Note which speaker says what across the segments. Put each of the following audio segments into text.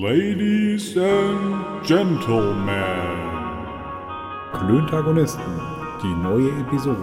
Speaker 1: Ladies and Gentlemen,
Speaker 2: Klöntagonisten, die neue Episode.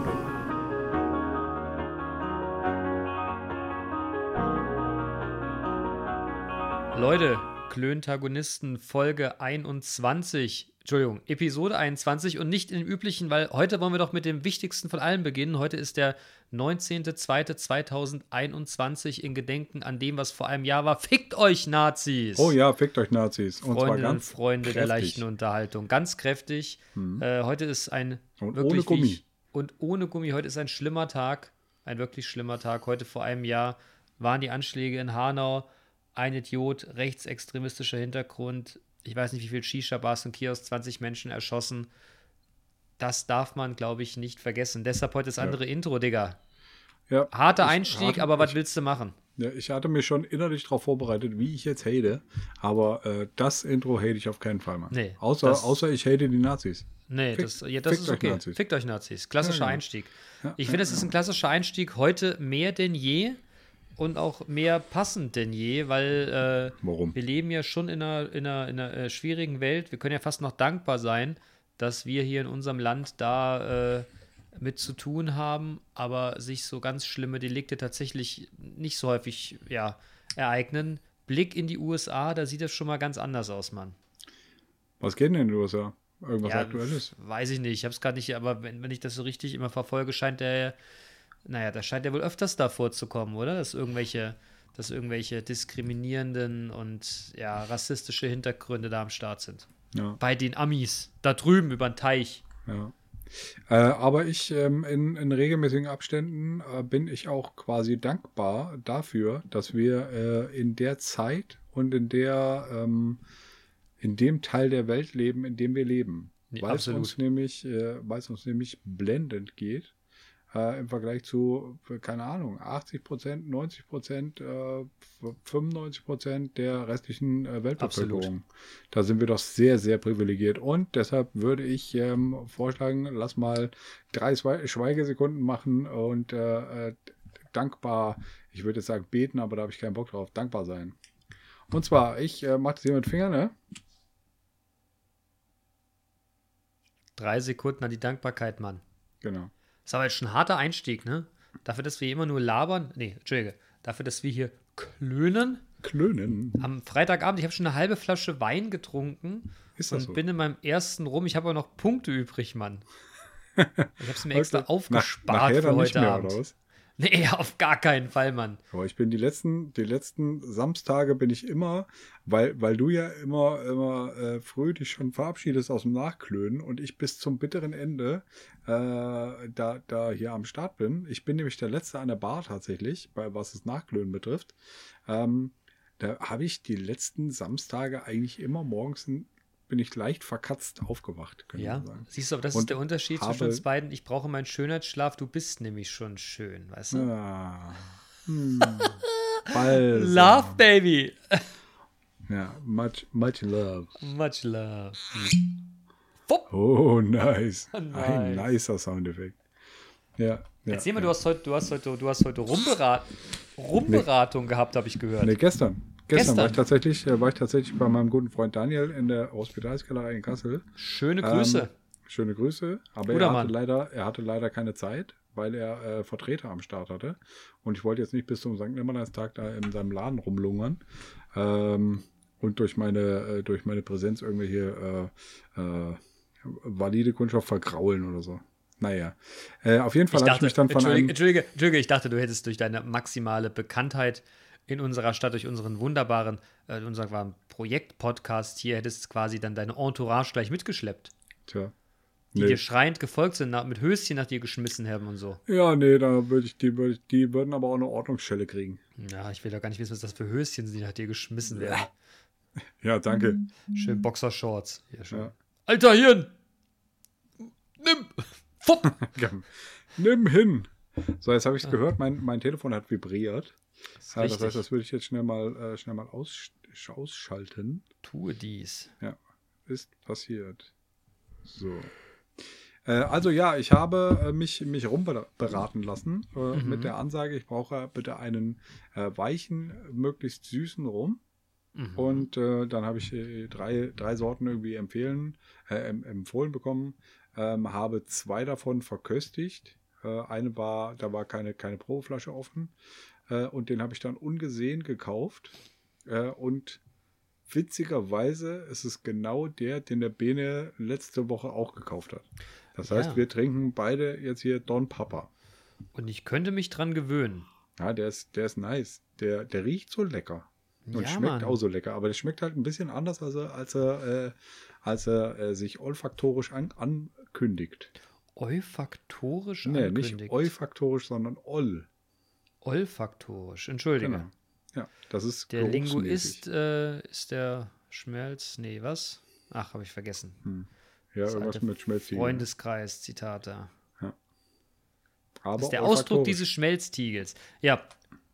Speaker 3: Leute, Klöntagonisten Folge 21. Entschuldigung, Episode 21 und nicht im üblichen, weil heute wollen wir doch mit dem wichtigsten von allen beginnen. Heute ist der 19.02.2021 in Gedenken an dem, was vor einem Jahr war. Fickt euch, Nazis!
Speaker 2: Oh ja, fickt euch Nazis. Und zwar
Speaker 3: Freundinnen und
Speaker 2: ganz Hm.
Speaker 3: Freunde der
Speaker 2: kräftig.
Speaker 3: leichten Unterhaltung. Ganz kräftig. Äh, heute ist ein
Speaker 2: Und
Speaker 3: wirklich
Speaker 2: ohne
Speaker 3: wie
Speaker 2: Gummi.
Speaker 3: Ich, und ohne Gummi. Heute ist ein schlimmer Tag. Ein wirklich schlimmer Tag. Heute vor einem Jahr waren die Anschläge in Hanau. Ein Idiot, rechtsextremistischer Hintergrund. Ich weiß nicht, wie viel Shisha-Bars und Kiosks, 20 Menschen erschossen. Das darf man, glaube ich, nicht vergessen. Deshalb heute das andere Intro, Digga.
Speaker 2: Ja,
Speaker 3: Harter
Speaker 2: ich-
Speaker 3: Einstieg,
Speaker 2: hart-
Speaker 3: aber was willst du machen?
Speaker 2: Ja, ich hatte mich schon innerlich darauf vorbereitet, wie ich jetzt hate, aber äh, das Intro hate ich auf keinen Fall mehr.
Speaker 3: Nee,
Speaker 2: außer,
Speaker 3: das-
Speaker 2: außer ich hate die Nazis.
Speaker 3: Nee,
Speaker 2: Fick-
Speaker 3: das, ja, das
Speaker 2: fickt
Speaker 3: ist
Speaker 2: euch
Speaker 3: okay.
Speaker 2: Nazis.
Speaker 3: Fickt euch Nazis. Klassischer
Speaker 2: Ja, genau.
Speaker 3: Einstieg.
Speaker 2: Ja,
Speaker 3: ich
Speaker 2: ja,
Speaker 3: finde, es ist ein klassischer Einstieg heute mehr denn je und auch mehr passend denn je, weil äh,
Speaker 2: Warum?
Speaker 3: wir leben ja schon in einer, in einer, in einer äh, schwierigen Welt. Wir können ja fast noch dankbar sein, dass wir hier in unserem Land da äh, mit zu tun haben, aber sich so ganz schlimme Delikte tatsächlich nicht so häufig ja, ereignen. Blick in die USA, da sieht das schon mal ganz anders aus, Mann.
Speaker 2: Was geht denn in den USA? Irgendwas Aktuelles?
Speaker 3: pf, Weiß ich nicht. Ich habe es gerade nicht, aber wenn, wenn ich das so richtig immer verfolge, scheint der, naja, da scheint der wohl öfters da vorzukommen, oder? Dass irgendwelche, dass irgendwelche diskriminierenden und ja, rassistische Hintergründe da am Start sind.
Speaker 2: Ja.
Speaker 3: Bei den Amis, da drüben über den Teich.
Speaker 2: Ja. Äh, aber ich ähm, in, in regelmäßigen Abständen äh, bin ich auch quasi dankbar dafür, dass wir äh, in der Zeit und in der ähm, in dem Teil der Welt leben, in dem wir leben.
Speaker 3: Ja,
Speaker 2: weil es
Speaker 3: absolut.
Speaker 2: uns nämlich, äh, weil es uns nämlich blendend geht äh, im Vergleich zu, äh, keine Ahnung, 80 Prozent, 90 Prozent, äh, f- 95 Prozent der restlichen äh, Weltbevölkerung. Da sind wir doch sehr, sehr privilegiert. Und deshalb würde ich ähm, vorschlagen, lass mal drei Schwe- Schweigesekunden machen und äh, äh, dankbar, ich würde jetzt sagen beten, aber da habe ich keinen Bock drauf, dankbar sein. Und zwar, ich äh, mache das hier mit Fingern, ne?
Speaker 3: Drei Sekunden an die Dankbarkeit, Mann.
Speaker 2: Genau.
Speaker 3: Das ist aber jetzt schon ein harter Einstieg, ne? Dafür, dass wir hier immer nur labern. Nee, Entschuldige. Dafür, dass wir hier klönen.
Speaker 2: Klönen.
Speaker 3: Am Freitagabend, ich habe schon eine halbe Flasche Wein getrunken
Speaker 2: Ist
Speaker 3: und
Speaker 2: das so?
Speaker 3: bin in meinem ersten rum. Ich habe aber noch Punkte übrig, Mann. Ich habe es mir extra
Speaker 2: Nach-
Speaker 3: aufgespart
Speaker 2: nachher
Speaker 3: für
Speaker 2: dann nicht
Speaker 3: heute
Speaker 2: mehr, oder
Speaker 3: Abend.
Speaker 2: was?
Speaker 3: Nee, auf gar keinen Fall, Mann.
Speaker 2: Aber ich bin die letzten, die letzten Samstage bin ich immer, weil, weil du ja immer, immer äh, früh dich schon verabschiedest aus dem Nachklönen und ich bis zum bitteren Ende äh, da, da hier am Start bin. Ich bin nämlich der Letzte an der Bar tatsächlich, bei was das Nachklönen betrifft. Ähm, da habe ich die letzten Samstage eigentlich immer morgens ein- bin ich leicht verkatzt aufgewacht, könnte
Speaker 3: Ja,
Speaker 2: man sagen.
Speaker 3: siehst du, aber das
Speaker 2: Und
Speaker 3: ist der Unterschied zwischen
Speaker 2: habe-
Speaker 3: uns beiden. Ich brauche meinen Schönheitsschlaf, du bist nämlich schon schön, weißt du?
Speaker 2: Ah. Hm. Balsam.
Speaker 3: Love, Baby!
Speaker 2: Ja, much, much love.
Speaker 3: Much love.
Speaker 2: Oh, nice. Ein
Speaker 3: Nice.
Speaker 2: nicer Soundeffekt. Ja. ja
Speaker 3: Erzähl mal,
Speaker 2: ja.
Speaker 3: du hast heute, du hast heute, du hast heute Rumberat Rumberatung gehabt, habe ich gehört.
Speaker 2: Nee, gestern. Gestern,
Speaker 3: Gestern.
Speaker 2: War, ich tatsächlich, äh, war ich tatsächlich bei meinem guten Freund Daniel in der Hospitalsgalerei in Kassel.
Speaker 3: Schöne
Speaker 2: Ähm,
Speaker 3: Grüße.
Speaker 2: schöne Grüße. Aber
Speaker 3: Guter
Speaker 2: er hatte,
Speaker 3: Mann.
Speaker 2: leider, er hatte leider keine Zeit, weil er äh, Vertreter am Start hatte. Und ich wollte jetzt nicht bis zum St. Nimmerleinstag da in seinem Laden rumlungern. Ähm, und durch meine, äh, durch meine Präsenz irgendwelche äh, äh, valide Kundschaft vergraulen oder so. Naja. Äh, auf jeden Fall habe
Speaker 3: Ich
Speaker 2: ich
Speaker 3: dachte,
Speaker 2: mich dann von
Speaker 3: Entschuldige,
Speaker 2: einem.
Speaker 3: Entschuldige, Entschuldige, ich dachte, du hättest durch deine maximale Bekanntheit in unserer Stadt, durch unseren wunderbaren, äh, unseren Projekt-Podcast hier, hättest quasi dann deine Entourage gleich mitgeschleppt,
Speaker 2: Tja.
Speaker 3: die
Speaker 2: Nee.
Speaker 3: dir schreiend gefolgt sind, nach, mit Höschen nach dir geschmissen haben und so.
Speaker 2: Ja, nee, da würde ich, die, würde ich, die würden aber auch eine Ordnungsstelle kriegen.
Speaker 3: Ja, ich will doch gar nicht wissen, was das für Höschen sind, die nach dir geschmissen werden.
Speaker 2: Ja, danke.
Speaker 3: Schön Boxershorts. Ja, schön.
Speaker 2: Ja.
Speaker 3: Alter Hirn! Nimm! Fupp!
Speaker 2: Nimm hin. So, jetzt habe ich es gehört, mein, mein Telefon hat vibriert.
Speaker 3: Ist
Speaker 2: Ja, das heißt,
Speaker 3: Richtig,
Speaker 2: das würde ich jetzt schnell mal, äh, schnell mal aus, ausschalten.
Speaker 3: tue dies.
Speaker 2: Ist passiert. So. Äh, also ja, ich habe äh, mich, mich rumberaten lassen äh,
Speaker 3: Mhm.
Speaker 2: mit der Ansage, ich brauche bitte einen äh, weichen, möglichst süßen Rum. Mhm. Und äh, dann habe ich äh, drei, drei Sorten irgendwie empfehlen, äh, empfohlen bekommen. Ähm, habe zwei davon verköstigt. Äh, eine war, da war keine, keine Probeflasche offen. Äh, und den habe ich dann ungesehen gekauft. Äh, und witzigerweise ist es genau der, den der Bene letzte Woche auch gekauft hat. Das heißt,
Speaker 3: Ja.
Speaker 2: wir trinken beide jetzt hier Don Papa.
Speaker 3: Und ich könnte mich dran gewöhnen.
Speaker 2: Ja, der ist, der ist nice. Der, der riecht so lecker. Und
Speaker 3: Ja,
Speaker 2: schmeckt
Speaker 3: Mann.
Speaker 2: auch so lecker. Aber der schmeckt halt ein bisschen anders, als er, als er, äh, als er äh, sich olfaktorisch an, ankündigt.
Speaker 3: Olfaktorisch
Speaker 2: Nee, nicht
Speaker 3: angekündigt.
Speaker 2: olfaktorisch, sondern oll.
Speaker 3: Olfaktorisch, entschuldige.
Speaker 2: Genau. Ja, das ist
Speaker 3: Der
Speaker 2: geruchsmäßig.
Speaker 3: Linguist äh, ist der Schmelz. Nee, was? Ach, habe ich vergessen.
Speaker 2: Hm. Ja,
Speaker 3: Das
Speaker 2: irgendwas
Speaker 3: alte
Speaker 2: mit Schmelztiegel.
Speaker 3: Freundeskreis, Zitat da.
Speaker 2: Aber
Speaker 3: Das ist der Ausdruck
Speaker 2: olfaktorisch.
Speaker 3: dieses Schmelztiegels. Ja,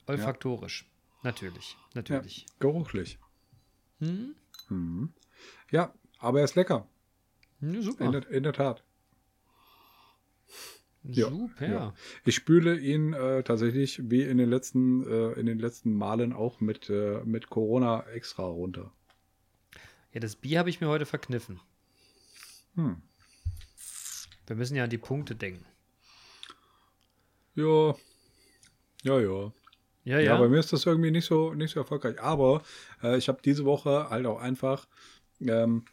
Speaker 3: olfaktorisch. Natürlich,
Speaker 2: Ja,
Speaker 3: natürlich.
Speaker 2: geruchlich.
Speaker 3: Hm?
Speaker 2: Mhm. Ja, aber er ist lecker.
Speaker 3: Ja,
Speaker 2: In,
Speaker 3: super.
Speaker 2: der, in der Tat. ja,
Speaker 3: Super.
Speaker 2: ja. Ich spüle ihn äh, tatsächlich wie in den letzten, äh, in den letzten Malen auch mit, äh, mit Corona extra runter.
Speaker 3: Ja, das Bier habe ich mir heute verkniffen.
Speaker 2: Hm.
Speaker 3: Wir müssen ja an die Punkte denken.
Speaker 2: Ja. Ja, ja.
Speaker 3: Ja,
Speaker 2: Ja,
Speaker 3: ja.
Speaker 2: bei mir ist das irgendwie nicht so, nicht so erfolgreich. Aber äh, ich habe diese Woche halt auch einfach ähm,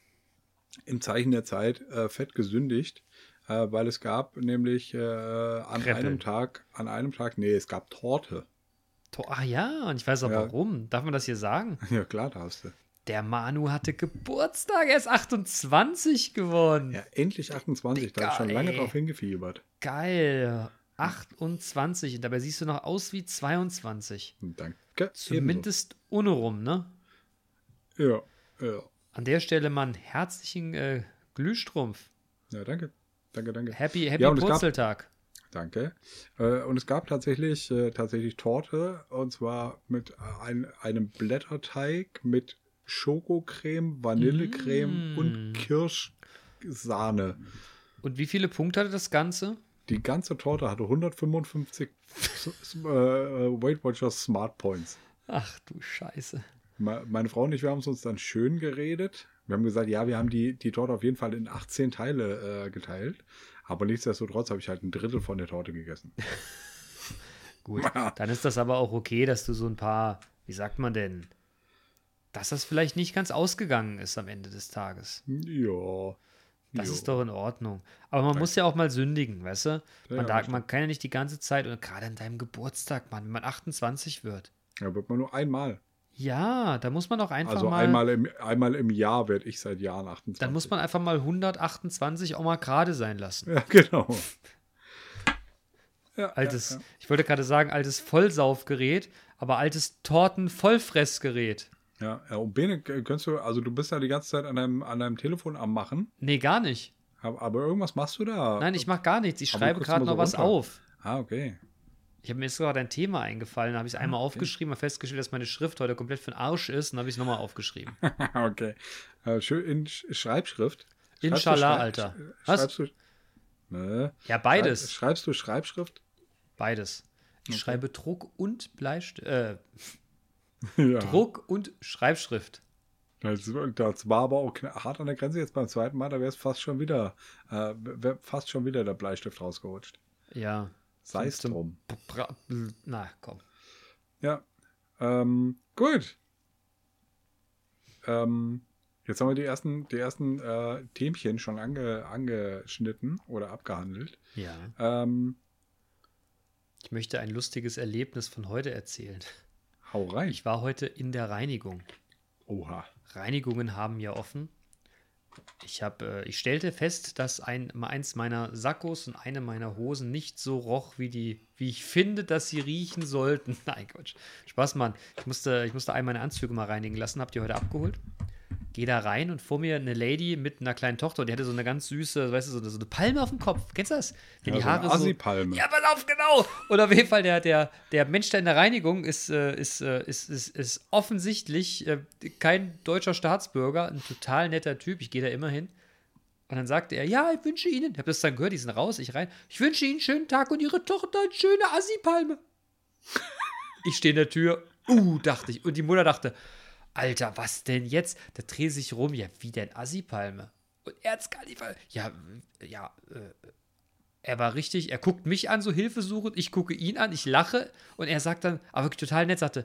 Speaker 2: im Zeichen der Zeit äh, fett gesündigt, äh, weil es gab nämlich äh, an
Speaker 3: Kreppel.
Speaker 2: einem Tag, an einem Tag, nee, es gab Torte.
Speaker 3: To- Ach ja, und ich weiß auch
Speaker 2: Ja.
Speaker 3: warum. Darf man das hier sagen?
Speaker 2: Ja, klar darfst du.
Speaker 3: Der Manu hatte Geburtstag, er ist 28 geworden.
Speaker 2: Ja, endlich 28, da habe ich schon
Speaker 3: Digga,
Speaker 2: lange
Speaker 3: Hm. ey.
Speaker 2: drauf hingefiebert.
Speaker 3: Geil. 28 und dabei siehst du noch aus wie 22.
Speaker 2: Hm, Danke.
Speaker 3: Zumindest ohne rum, ne?
Speaker 2: Ebenso. Ja, ja.
Speaker 3: An der Stelle mal einen herzlichen äh, Glühstrumpf.
Speaker 2: Ja, danke. Danke, danke.
Speaker 3: Happy, happy
Speaker 2: Ja, und es gab-
Speaker 3: Purzeltag.
Speaker 2: Danke. Äh, und es gab tatsächlich, äh, tatsächlich Torte und zwar mit äh, ein, einem Blätterteig mit Schokocreme, Vanillecreme
Speaker 3: Mm.
Speaker 2: und Kirschsahne.
Speaker 3: Und wie viele Punkte hatte das Ganze?
Speaker 2: Die ganze Torte hatte 155 S- S- äh, Weight Watchers Smart Points.
Speaker 3: Ach du Scheiße.
Speaker 2: Me- Meine Frau und ich, wir haben es uns dann schön geredet. Wir haben gesagt, ja, wir haben die, die Torte auf jeden Fall in 18 Teile äh, geteilt. Aber nichtsdestotrotz habe ich halt ein Drittel von der Torte gegessen.
Speaker 3: Gut, dann ist das aber auch okay, dass du so ein paar, wie sagt man denn, dass das vielleicht nicht ganz ausgegangen ist am Ende des Tages.
Speaker 2: ja.
Speaker 3: Das
Speaker 2: Jo.
Speaker 3: ist doch in Ordnung. Aber man muss ja auch mal sündigen, weißt du? Man,
Speaker 2: ja,
Speaker 3: darf,
Speaker 2: stimmt.
Speaker 3: man kann ja nicht die ganze Zeit, und gerade an deinem Geburtstag, Mann, wenn man 28 wird.
Speaker 2: Ja, wird man nur einmal.
Speaker 3: Ja, da muss man auch einfach
Speaker 2: also
Speaker 3: mal.
Speaker 2: einmal, im, einmal im Jahr werde ich seit Jahren 28.
Speaker 3: dann muss man einfach mal 128 auch mal gerade sein lassen.
Speaker 2: Ja, genau. Ja,
Speaker 3: Altes,
Speaker 2: ja, ja.
Speaker 3: ich wollte gerade sagen, altes Vollsaufgerät, aber altes Tortenvollfressgerät.
Speaker 2: Ja, ja, und Bene, k- kannst du, also du bist ja die ganze Zeit an deinem, an deinem Telefon am Machen,
Speaker 3: Nee, gar nicht.
Speaker 2: aber, aber irgendwas machst du da.
Speaker 3: Nein, ich mache gar nichts. Ich
Speaker 2: Aber du
Speaker 3: schreibe
Speaker 2: guckst
Speaker 3: gerade
Speaker 2: immer so
Speaker 3: noch was
Speaker 2: runter.
Speaker 3: auf.
Speaker 2: Ah, okay.
Speaker 3: Ich habe mir jetzt gerade ein Thema eingefallen, da habe ich es einmal aufgeschrieben, habe festgestellt, dass meine Schrift heute komplett für den Arsch ist und habe ich es nochmal aufgeschrieben.
Speaker 2: okay. Äh, schön in Sch Schreibschrift. Schreibst du
Speaker 3: Inshallah,
Speaker 2: Schrei-
Speaker 3: Alter.
Speaker 2: Sch-
Speaker 3: Was?
Speaker 2: Schreibst du, ne.
Speaker 3: Ja, beides.
Speaker 2: Schrei- Schreibst du Schreibschrift?
Speaker 3: Beides. Ich schreibe Druck und Bleistift. Äh,
Speaker 2: ja.
Speaker 3: Druck und Schreibschrift.
Speaker 2: Das, das war aber auch kn- hart an der Grenze jetzt beim zweiten Mal, da wäre es fast schon wieder, äh, wär fast schon wieder der Bleistift rausgerutscht.
Speaker 3: Ja.
Speaker 2: Sei es
Speaker 3: Zum-
Speaker 2: drum.
Speaker 3: Bra- bl- Na, komm.
Speaker 2: Ja. Ähm, gut. Ähm, jetzt haben wir die ersten, die ersten äh, Themchen schon ange, angeschnitten oder abgehandelt.
Speaker 3: Ja.
Speaker 2: Ähm,
Speaker 3: Ich möchte ein lustiges Erlebnis von heute erzählen.
Speaker 2: hau rein.
Speaker 3: Ich war heute in der Reinigung.
Speaker 2: Oha.
Speaker 3: Reinigungen haben ja offen. Ich, hab, äh, ich stellte fest, dass ein, eins meiner Sakkos und eine meiner Hosen nicht so roch, wie, die, wie ich finde, dass sie riechen sollten. Nein, Quatsch. Spaß, Mann. Ich musste, ich musste all meine Anzüge mal reinigen lassen. Habt ihr heute abgeholt? Geh da rein und vor mir eine Lady mit einer kleinen Tochter und die hatte so eine ganz süße, weißt du, so eine, so eine Palme auf dem Kopf. Kennst du das? Wenn die
Speaker 2: so eine
Speaker 3: Haare so.
Speaker 2: Also Assi-Palme.
Speaker 3: Ja, pass auf, genau. Und auf jeden Fall, der, der, der Mensch da in der Reinigung ist, äh, ist, äh, ist, ist, ist offensichtlich äh, kein deutscher Staatsbürger, ein total netter Typ. Ich gehe da immer hin. Und dann sagte er, ja, ich wünsche Ihnen, ich habe das dann gehört, die sind raus, ich rein, ich wünsche Ihnen einen schönen Tag und Ihre Tochter eine schöne Assi-Palme. Ich stehe in der Tür, uh, dachte ich. Und die Mutter dachte, Alter, was denn jetzt? Da dreht sich rum, ja, wie denn Assipalme? Und Erzkalifer, ja, ja, äh, er war richtig, er guckt mich an, so hilfesuchend, ich gucke ihn an, ich lache und er sagt dann, aber wirklich total nett, sagte,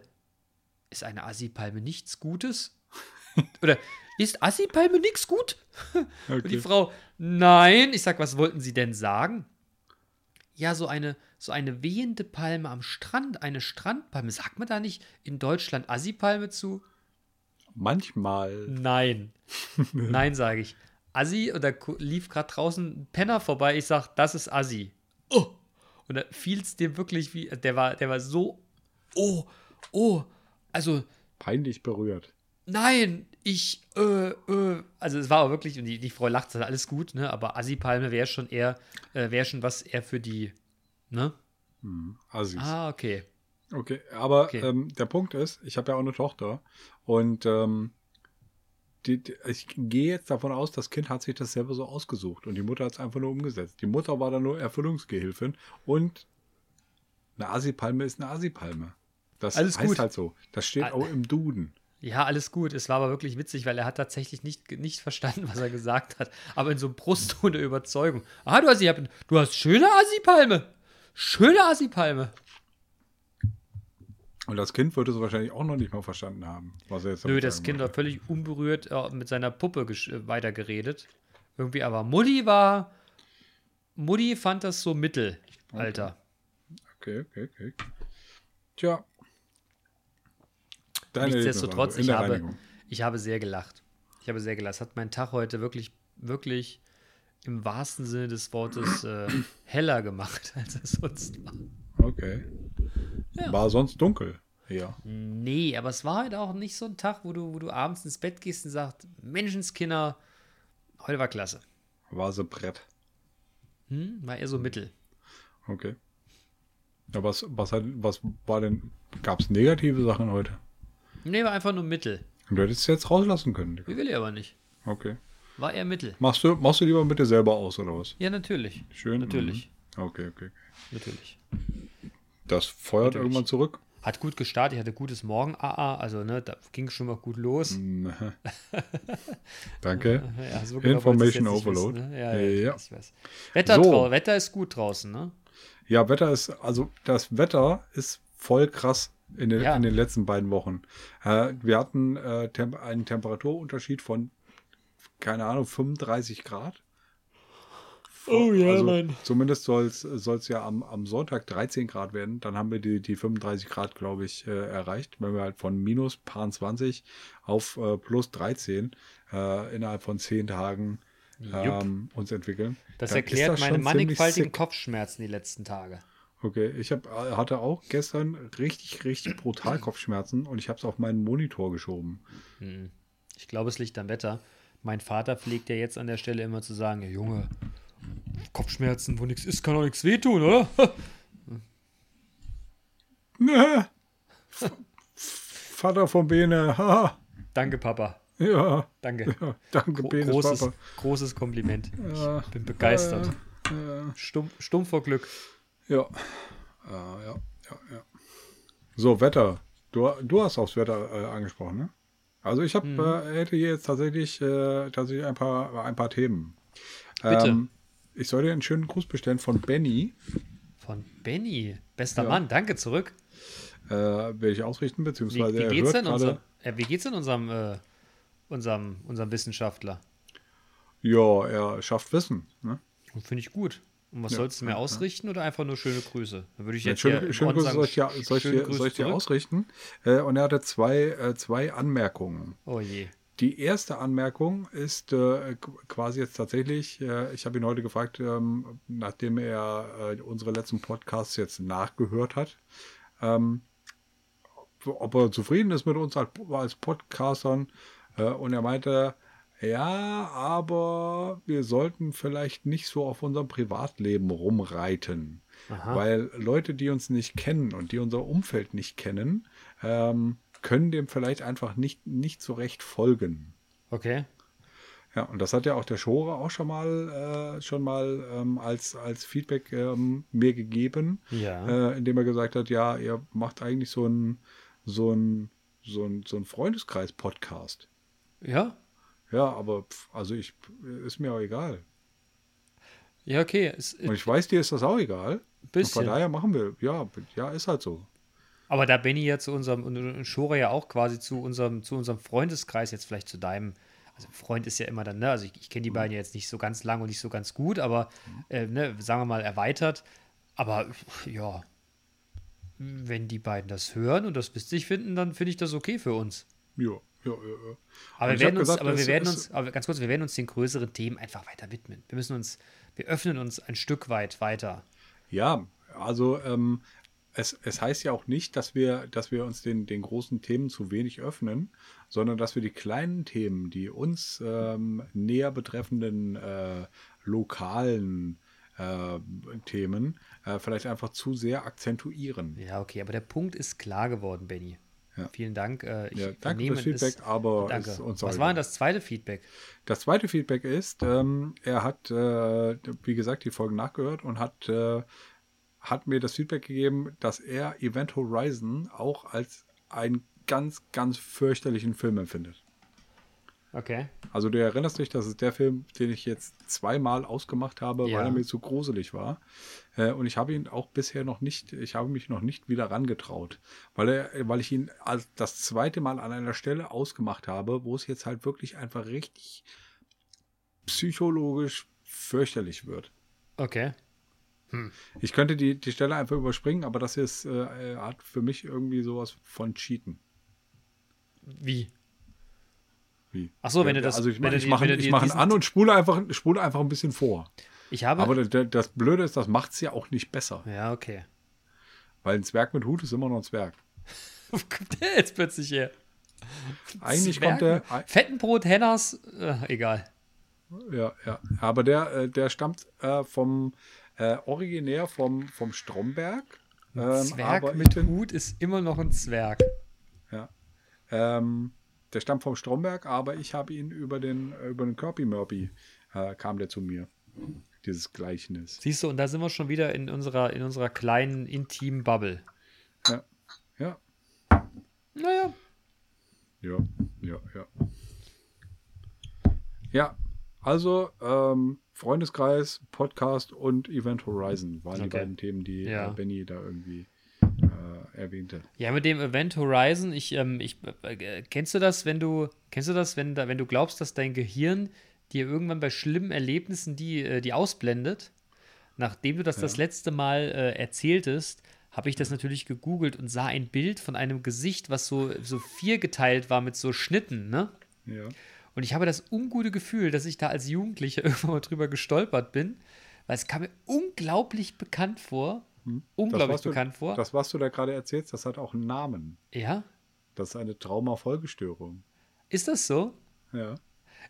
Speaker 3: ist eine Assipalme nichts Gutes? Oder ist Assipalme nichts gut? Und die
Speaker 2: Okay.
Speaker 3: Frau, nein. Ich sag, was wollten Sie denn sagen? Ja, so eine, so eine wehende Palme am Strand, eine Strandpalme. Sagt man da nicht in Deutschland Assi-Palme zu?
Speaker 2: Manchmal.
Speaker 3: Nein. nein, sage ich. Assi, und da ku- lief gerade draußen ein Penner vorbei. Ich sag, das ist Assi. Oh. Und da fiel es dem wirklich wie, der war, der war so, oh, oh. Also,
Speaker 2: Peinlich berührt.
Speaker 3: nein, ich, äh, äh. Also es war auch wirklich, und die, die Frau lacht, sagt, alles gut, ne? Aber Assi-Palme wäre schon eher, äh, wäre schon was eher für die, ne?
Speaker 2: Hm. Assis.
Speaker 3: Ah, okay.
Speaker 2: Okay, aber
Speaker 3: Okay.
Speaker 2: Ähm, der Punkt ist, ich habe ja auch eine Tochter und ähm, die, die, ich gehe jetzt davon aus, das Kind hat sich das selber so ausgesucht und die Mutter hat es einfach nur umgesetzt. Die Mutter war dann nur Erfüllungsgehilfin und eine Asipalme ist eine Asipalme. Das
Speaker 3: Alles
Speaker 2: heißt
Speaker 3: gut.
Speaker 2: halt so. Das steht
Speaker 3: Ah.
Speaker 2: auch im Duden.
Speaker 3: Ja, alles gut. Es war aber wirklich witzig, weil er hat tatsächlich nicht, nicht verstanden, was er gesagt hat. Aber in so einem Brustton der Überzeugung. Ah, du hast, ich hab, du hast schöne Assi-Palme. Schöne Assi-Palme.
Speaker 2: Und das Kind würde es wahrscheinlich auch noch nicht mal verstanden haben, was er jetzt
Speaker 3: Nö,
Speaker 2: damit
Speaker 3: das
Speaker 2: sagen
Speaker 3: Kind
Speaker 2: wollte.
Speaker 3: war völlig unberührt äh, mit seiner Puppe gesch- äh, weitergeredet. Irgendwie, aber Mutti war. Mutti fand das so mittel, Alter.
Speaker 2: Okay, okay, okay. Tja. Deine Lebensweise
Speaker 3: Nichtsdestotrotz,
Speaker 2: in
Speaker 3: ich
Speaker 2: der
Speaker 3: habe,
Speaker 2: Reinigung.
Speaker 3: ich habe sehr gelacht. Ich habe sehr gelacht. Es hat meinen Tag heute wirklich, wirklich im wahrsten Sinne des Wortes äh, heller gemacht, als es sonst war.
Speaker 2: Okay. War sonst dunkel. Ja.
Speaker 3: Nee, aber es war heute auch nicht so ein Tag, wo du, wo du abends ins Bett gehst und sagst, Menschenskinder, heute war klasse.
Speaker 2: War so Brett.
Speaker 3: Hm? War eher so mittel.
Speaker 2: Okay. Ja, was, was, hat, was war denn? Gab es negative Sachen heute?
Speaker 3: Nee, war einfach nur mittel.
Speaker 2: Und du hättest es jetzt rauslassen können. Digga.
Speaker 3: Wie will ich aber nicht.
Speaker 2: Okay.
Speaker 3: War eher mittel.
Speaker 2: Machst du, machst du lieber mit dir selber aus oder was?
Speaker 3: Ja, natürlich.
Speaker 2: Schön.
Speaker 3: Natürlich.
Speaker 2: Mhm. Okay, okay.
Speaker 3: Natürlich.
Speaker 2: Das feuert
Speaker 3: Natürlich.
Speaker 2: irgendwann zurück.
Speaker 3: Hat gut gestartet, ich hatte gutes Morgen, AA, also ne, da ging schon mal gut los.
Speaker 2: Mhm. Danke.
Speaker 3: Ja, so genau wollte ich's jetzt
Speaker 2: Information
Speaker 3: nicht
Speaker 2: Overload.
Speaker 3: wissen, ne? Ja, ja,
Speaker 2: Ja.
Speaker 3: Ich weiß. Wetter,
Speaker 2: So.
Speaker 3: drau- Wetter ist gut draußen, ne?
Speaker 2: Ja, Wetter ist, also das Wetter ist voll krass in den,
Speaker 3: Ja.
Speaker 2: in den letzten beiden Wochen. Äh, wir hatten äh, Tem einen Temperaturunterschied von, keine Ahnung, 35 Grad.
Speaker 3: Oh ja,
Speaker 2: also,
Speaker 3: Mann.
Speaker 2: Zumindest soll es ja am, am Sonntag 13 Grad werden. Dann haben wir die, die 35 Grad, glaube ich, äh, erreicht. Wenn wir halt von minus 20 auf äh, plus 13 äh, innerhalb von 10 Tagen
Speaker 3: Jupp.
Speaker 2: ähm, uns entwickeln.
Speaker 3: Das
Speaker 2: dann ist
Speaker 3: erklärt
Speaker 2: das
Speaker 3: meine
Speaker 2: schon ziemlich
Speaker 3: mannigfaltigen
Speaker 2: sick.
Speaker 3: Kopfschmerzen die letzten Tage.
Speaker 2: Okay, ich hab, äh, hatte auch gestern richtig, richtig brutal Kopfschmerzen und ich habe es auf meinen Monitor geschoben.
Speaker 3: Hm. Ich glaube, es liegt am Wetter. Mein Vater pflegt ja jetzt an der Stelle immer zu sagen: ja, Junge, Kopfschmerzen, wo nichts ist, kann doch nichts wehtun, oder?
Speaker 2: Ne? F- Vater von Bene, haha.
Speaker 3: Danke, Papa.
Speaker 2: ja,
Speaker 3: Danke.
Speaker 2: ja, danke
Speaker 3: Gro
Speaker 2: Benes
Speaker 3: großes,
Speaker 2: Papa.
Speaker 3: großes Kompliment.
Speaker 2: Ja.
Speaker 3: Ich bin begeistert.
Speaker 2: Äh, äh,
Speaker 3: Stumm, stumm vor Glück.
Speaker 2: ja. Äh, ja, ja, ja. So, Wetter. Du, du hast aufs Wetter äh, angesprochen, ne? Also ich
Speaker 3: Hm.
Speaker 2: hab, äh, hätte hier jetzt tatsächlich, äh, tatsächlich ein, paar, ein paar Themen. Ähm,
Speaker 3: Bitte.
Speaker 2: ich soll dir einen schönen Gruß bestellen von Benny.
Speaker 3: Von Benny. Bester Mann, danke zurück.
Speaker 2: äh, werde ich ausrichten,
Speaker 3: Wie,
Speaker 2: beziehungsweise
Speaker 3: wie
Speaker 2: er
Speaker 3: geht's
Speaker 2: hört
Speaker 3: denn unserem,
Speaker 2: gerade,
Speaker 3: äh, wie geht's denn unserem, äh, unserem, unserem Wissenschaftler?
Speaker 2: ja, er schafft Wissen. Ne?
Speaker 3: Finde ich gut. Und was sollst du mir ausrichten oder einfach nur schöne Grüße? Dann würde ich
Speaker 2: Ja,
Speaker 3: jetzt hier
Speaker 2: schöne,
Speaker 3: im
Speaker 2: schöne
Speaker 3: Orden
Speaker 2: Grüße
Speaker 3: sagen,
Speaker 2: soll ich dir,
Speaker 3: sch-
Speaker 2: soll ich
Speaker 3: schöne
Speaker 2: dir,
Speaker 3: Grüße
Speaker 2: soll ich dir
Speaker 3: zurück.
Speaker 2: ausrichten. Äh, und er hatte zwei, äh, zwei Anmerkungen.
Speaker 3: Oh je.
Speaker 2: Die erste Anmerkung ist äh, qu- quasi jetzt tatsächlich, äh, ich habe ihn heute gefragt, ähm, nachdem er äh, unsere letzten Podcasts jetzt nachgehört hat, ähm, ob er zufrieden ist mit uns als, als Podcastern. Äh, und er meinte, ja, aber wir sollten vielleicht nicht so auf unserem Privatleben rumreiten.
Speaker 3: Aha.
Speaker 2: Weil Leute, die uns nicht kennen und die unser Umfeld nicht kennen, ähm, können dem vielleicht einfach nicht, nicht so recht folgen.
Speaker 3: Okay.
Speaker 2: Ja, und das hat ja auch der Schore auch schon mal, äh, schon mal ähm, als, als Feedback ähm, mir gegeben,
Speaker 3: Ja.
Speaker 2: äh, indem er gesagt hat, ja, ihr macht eigentlich so ein, so ein so ein, so ein Freundeskreis-Podcast.
Speaker 3: Ja?
Speaker 2: Ja, aber pf, also ich ist mir auch egal.
Speaker 3: Ja, okay. Es,
Speaker 2: Und ich weiß, dir ist das auch egal. Und
Speaker 3: Bisschen.
Speaker 2: von daher machen wir, ja, ja, ist halt so.
Speaker 3: aber da Benny ja zu unserem, und- und Shora ja auch quasi zu unserem, zu unserem Freundeskreis, jetzt vielleicht zu deinem, also Freund ist ja immer dann, ne, also ich, ich kenne die
Speaker 2: Mhm.
Speaker 3: beiden ja jetzt nicht so ganz lang und nicht so ganz gut, aber äh, ne, sagen wir mal erweitert. Aber ja, wenn die beiden das hören und das witzig finden, dann finde ich das okay für uns.
Speaker 2: Ja, ja, ja. ja.
Speaker 3: Aber
Speaker 2: Und
Speaker 3: wir
Speaker 2: ich hab
Speaker 3: werden uns,
Speaker 2: gesagt,
Speaker 3: aber wir
Speaker 2: es-
Speaker 3: werden
Speaker 2: es-
Speaker 3: uns, aber ganz kurz, wir werden uns den größeren Themen einfach weiter widmen. Wir müssen uns, wir öffnen uns ein Stück weit weiter.
Speaker 2: Ja, also ähm, es, es heißt ja auch nicht, dass wir, dass wir uns den, den großen Themen zu wenig öffnen, sondern dass wir die kleinen Themen, die uns ähm, näher betreffenden äh, lokalen äh, Themen äh, vielleicht einfach zu sehr akzentuieren.
Speaker 3: Ja, okay, aber der Punkt ist klar geworden, Benny.
Speaker 2: Ja.
Speaker 3: Vielen Dank. Äh, ich
Speaker 2: Ja, danke
Speaker 3: vernehme
Speaker 2: fürs Feedback,
Speaker 3: es-
Speaker 2: aber
Speaker 3: danke.
Speaker 2: ist uns auch
Speaker 3: Was war denn
Speaker 2: egal.
Speaker 3: das zweite Feedback?
Speaker 2: Das zweite Feedback ist, ähm, er hat, äh, wie gesagt, die Folgen nachgehört und hat, äh, hat mir das Feedback gegeben, dass er Event Horizon auch als einen ganz, ganz fürchterlichen Film empfindet.
Speaker 3: Okay.
Speaker 2: Also du erinnerst dich, das ist der Film, den ich jetzt zweimal ausgemacht habe,
Speaker 3: Ja.
Speaker 2: weil er mir zu gruselig war. Äh, und ich habe ihn auch bisher noch nicht, ich habe mich noch nicht wieder rangetraut, weil, er, weil ich ihn als das zweite Mal an einer Stelle ausgemacht habe, wo es jetzt halt wirklich einfach richtig psychologisch fürchterlich wird.
Speaker 3: Okay. Hm.
Speaker 2: Ich könnte die, die Stelle einfach überspringen, aber das ist, äh, hat für mich irgendwie sowas von Cheaten.
Speaker 3: Wie?
Speaker 2: Wie?
Speaker 3: Ach so, wenn du das-
Speaker 2: Also ich
Speaker 3: wenn
Speaker 2: mache
Speaker 3: du
Speaker 2: ich
Speaker 3: die-
Speaker 2: mach,
Speaker 3: wenn du
Speaker 2: ich
Speaker 3: die-
Speaker 2: mach ihn
Speaker 3: diesen-
Speaker 2: an und spule einfach, spule einfach ein bisschen vor.
Speaker 3: Ich habe.
Speaker 2: Aber das, das Blöde ist, das macht es ja auch nicht besser.
Speaker 3: ja, okay.
Speaker 2: Weil ein Zwerg mit Hut ist immer noch ein Zwerg.
Speaker 3: Wo kommt der jetzt plötzlich her?
Speaker 2: Eigentlich
Speaker 3: Zwergen?
Speaker 2: kommt der.
Speaker 3: Fettenbrot, Henners, äh, egal.
Speaker 2: Ja, ja. Aber der, äh, der stammt äh, vom äh, originär vom, vom Stromberg. Ähm,
Speaker 3: Zwerg
Speaker 2: aber
Speaker 3: mit
Speaker 2: in,
Speaker 3: Hut ist immer noch ein Zwerg.
Speaker 2: Ja. Ähm, der stammt vom Stromberg, aber ich habe ihn über den, über den Kirby Murphy äh, kam der zu mir. Dieses Gleichnis.
Speaker 3: Siehst du, und da sind wir schon wieder in unserer, in unserer kleinen, intimen Bubble.
Speaker 2: Ja. Ja.
Speaker 3: Naja.
Speaker 2: Ja, ja, ja. Ja, also ähm, Freundeskreis, Podcast und Event Horizon waren die
Speaker 3: Okay.
Speaker 2: beiden Themen, die
Speaker 3: Ja.
Speaker 2: äh, Benny da irgendwie äh, erwähnte.
Speaker 3: Ja, mit dem Event Horizon, ich, ähm, ich äh, kennst du das, wenn du, kennst du das, wenn da, wenn du glaubst, dass dein Gehirn dir irgendwann bei schlimmen Erlebnissen die, äh, die ausblendet? Nachdem du das das letzte Mal äh, erzähltest, habe ich das natürlich gegoogelt und sah ein Bild von einem Gesicht, was so, so viergeteilt war mit so Schnitten, ne?
Speaker 2: Ja.
Speaker 3: Und ich habe das ungute Gefühl, dass ich da als Jugendlicher irgendwann mal drüber gestolpert bin, weil es kam mir unglaublich bekannt vor. Unglaublich
Speaker 2: was Mhm. du-
Speaker 3: bekannt vor.
Speaker 2: Das, was du da gerade erzählst, das hat auch einen Namen.
Speaker 3: ja?
Speaker 2: Das ist eine Traumafolgestörung.
Speaker 3: Ist das so?
Speaker 2: Ja.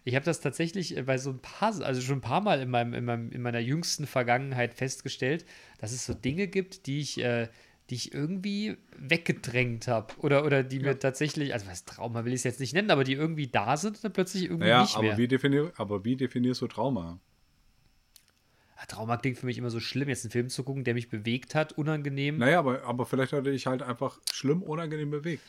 Speaker 3: Ich habe das tatsächlich äh, bei so ein paar, also schon ein paar Mal in, meinem, in, meinem, in meiner jüngsten Vergangenheit festgestellt, dass es so Dinge gibt, die ich, äh, die ich irgendwie weggedrängt habe. Oder, oder die mir tatsächlich, also was Trauma will ich es jetzt nicht nennen, aber die irgendwie da sind und dann plötzlich irgendwie
Speaker 2: Naja,
Speaker 3: nicht mehr.
Speaker 2: aber wie, defini- aber wie definierst du Trauma?
Speaker 3: Ah, Trauma klingt für mich immer so schlimm, jetzt einen Film zu gucken, der mich bewegt hat, unangenehm.
Speaker 2: Naja, aber, aber vielleicht hatte ich halt einfach schlimm, unangenehm bewegt.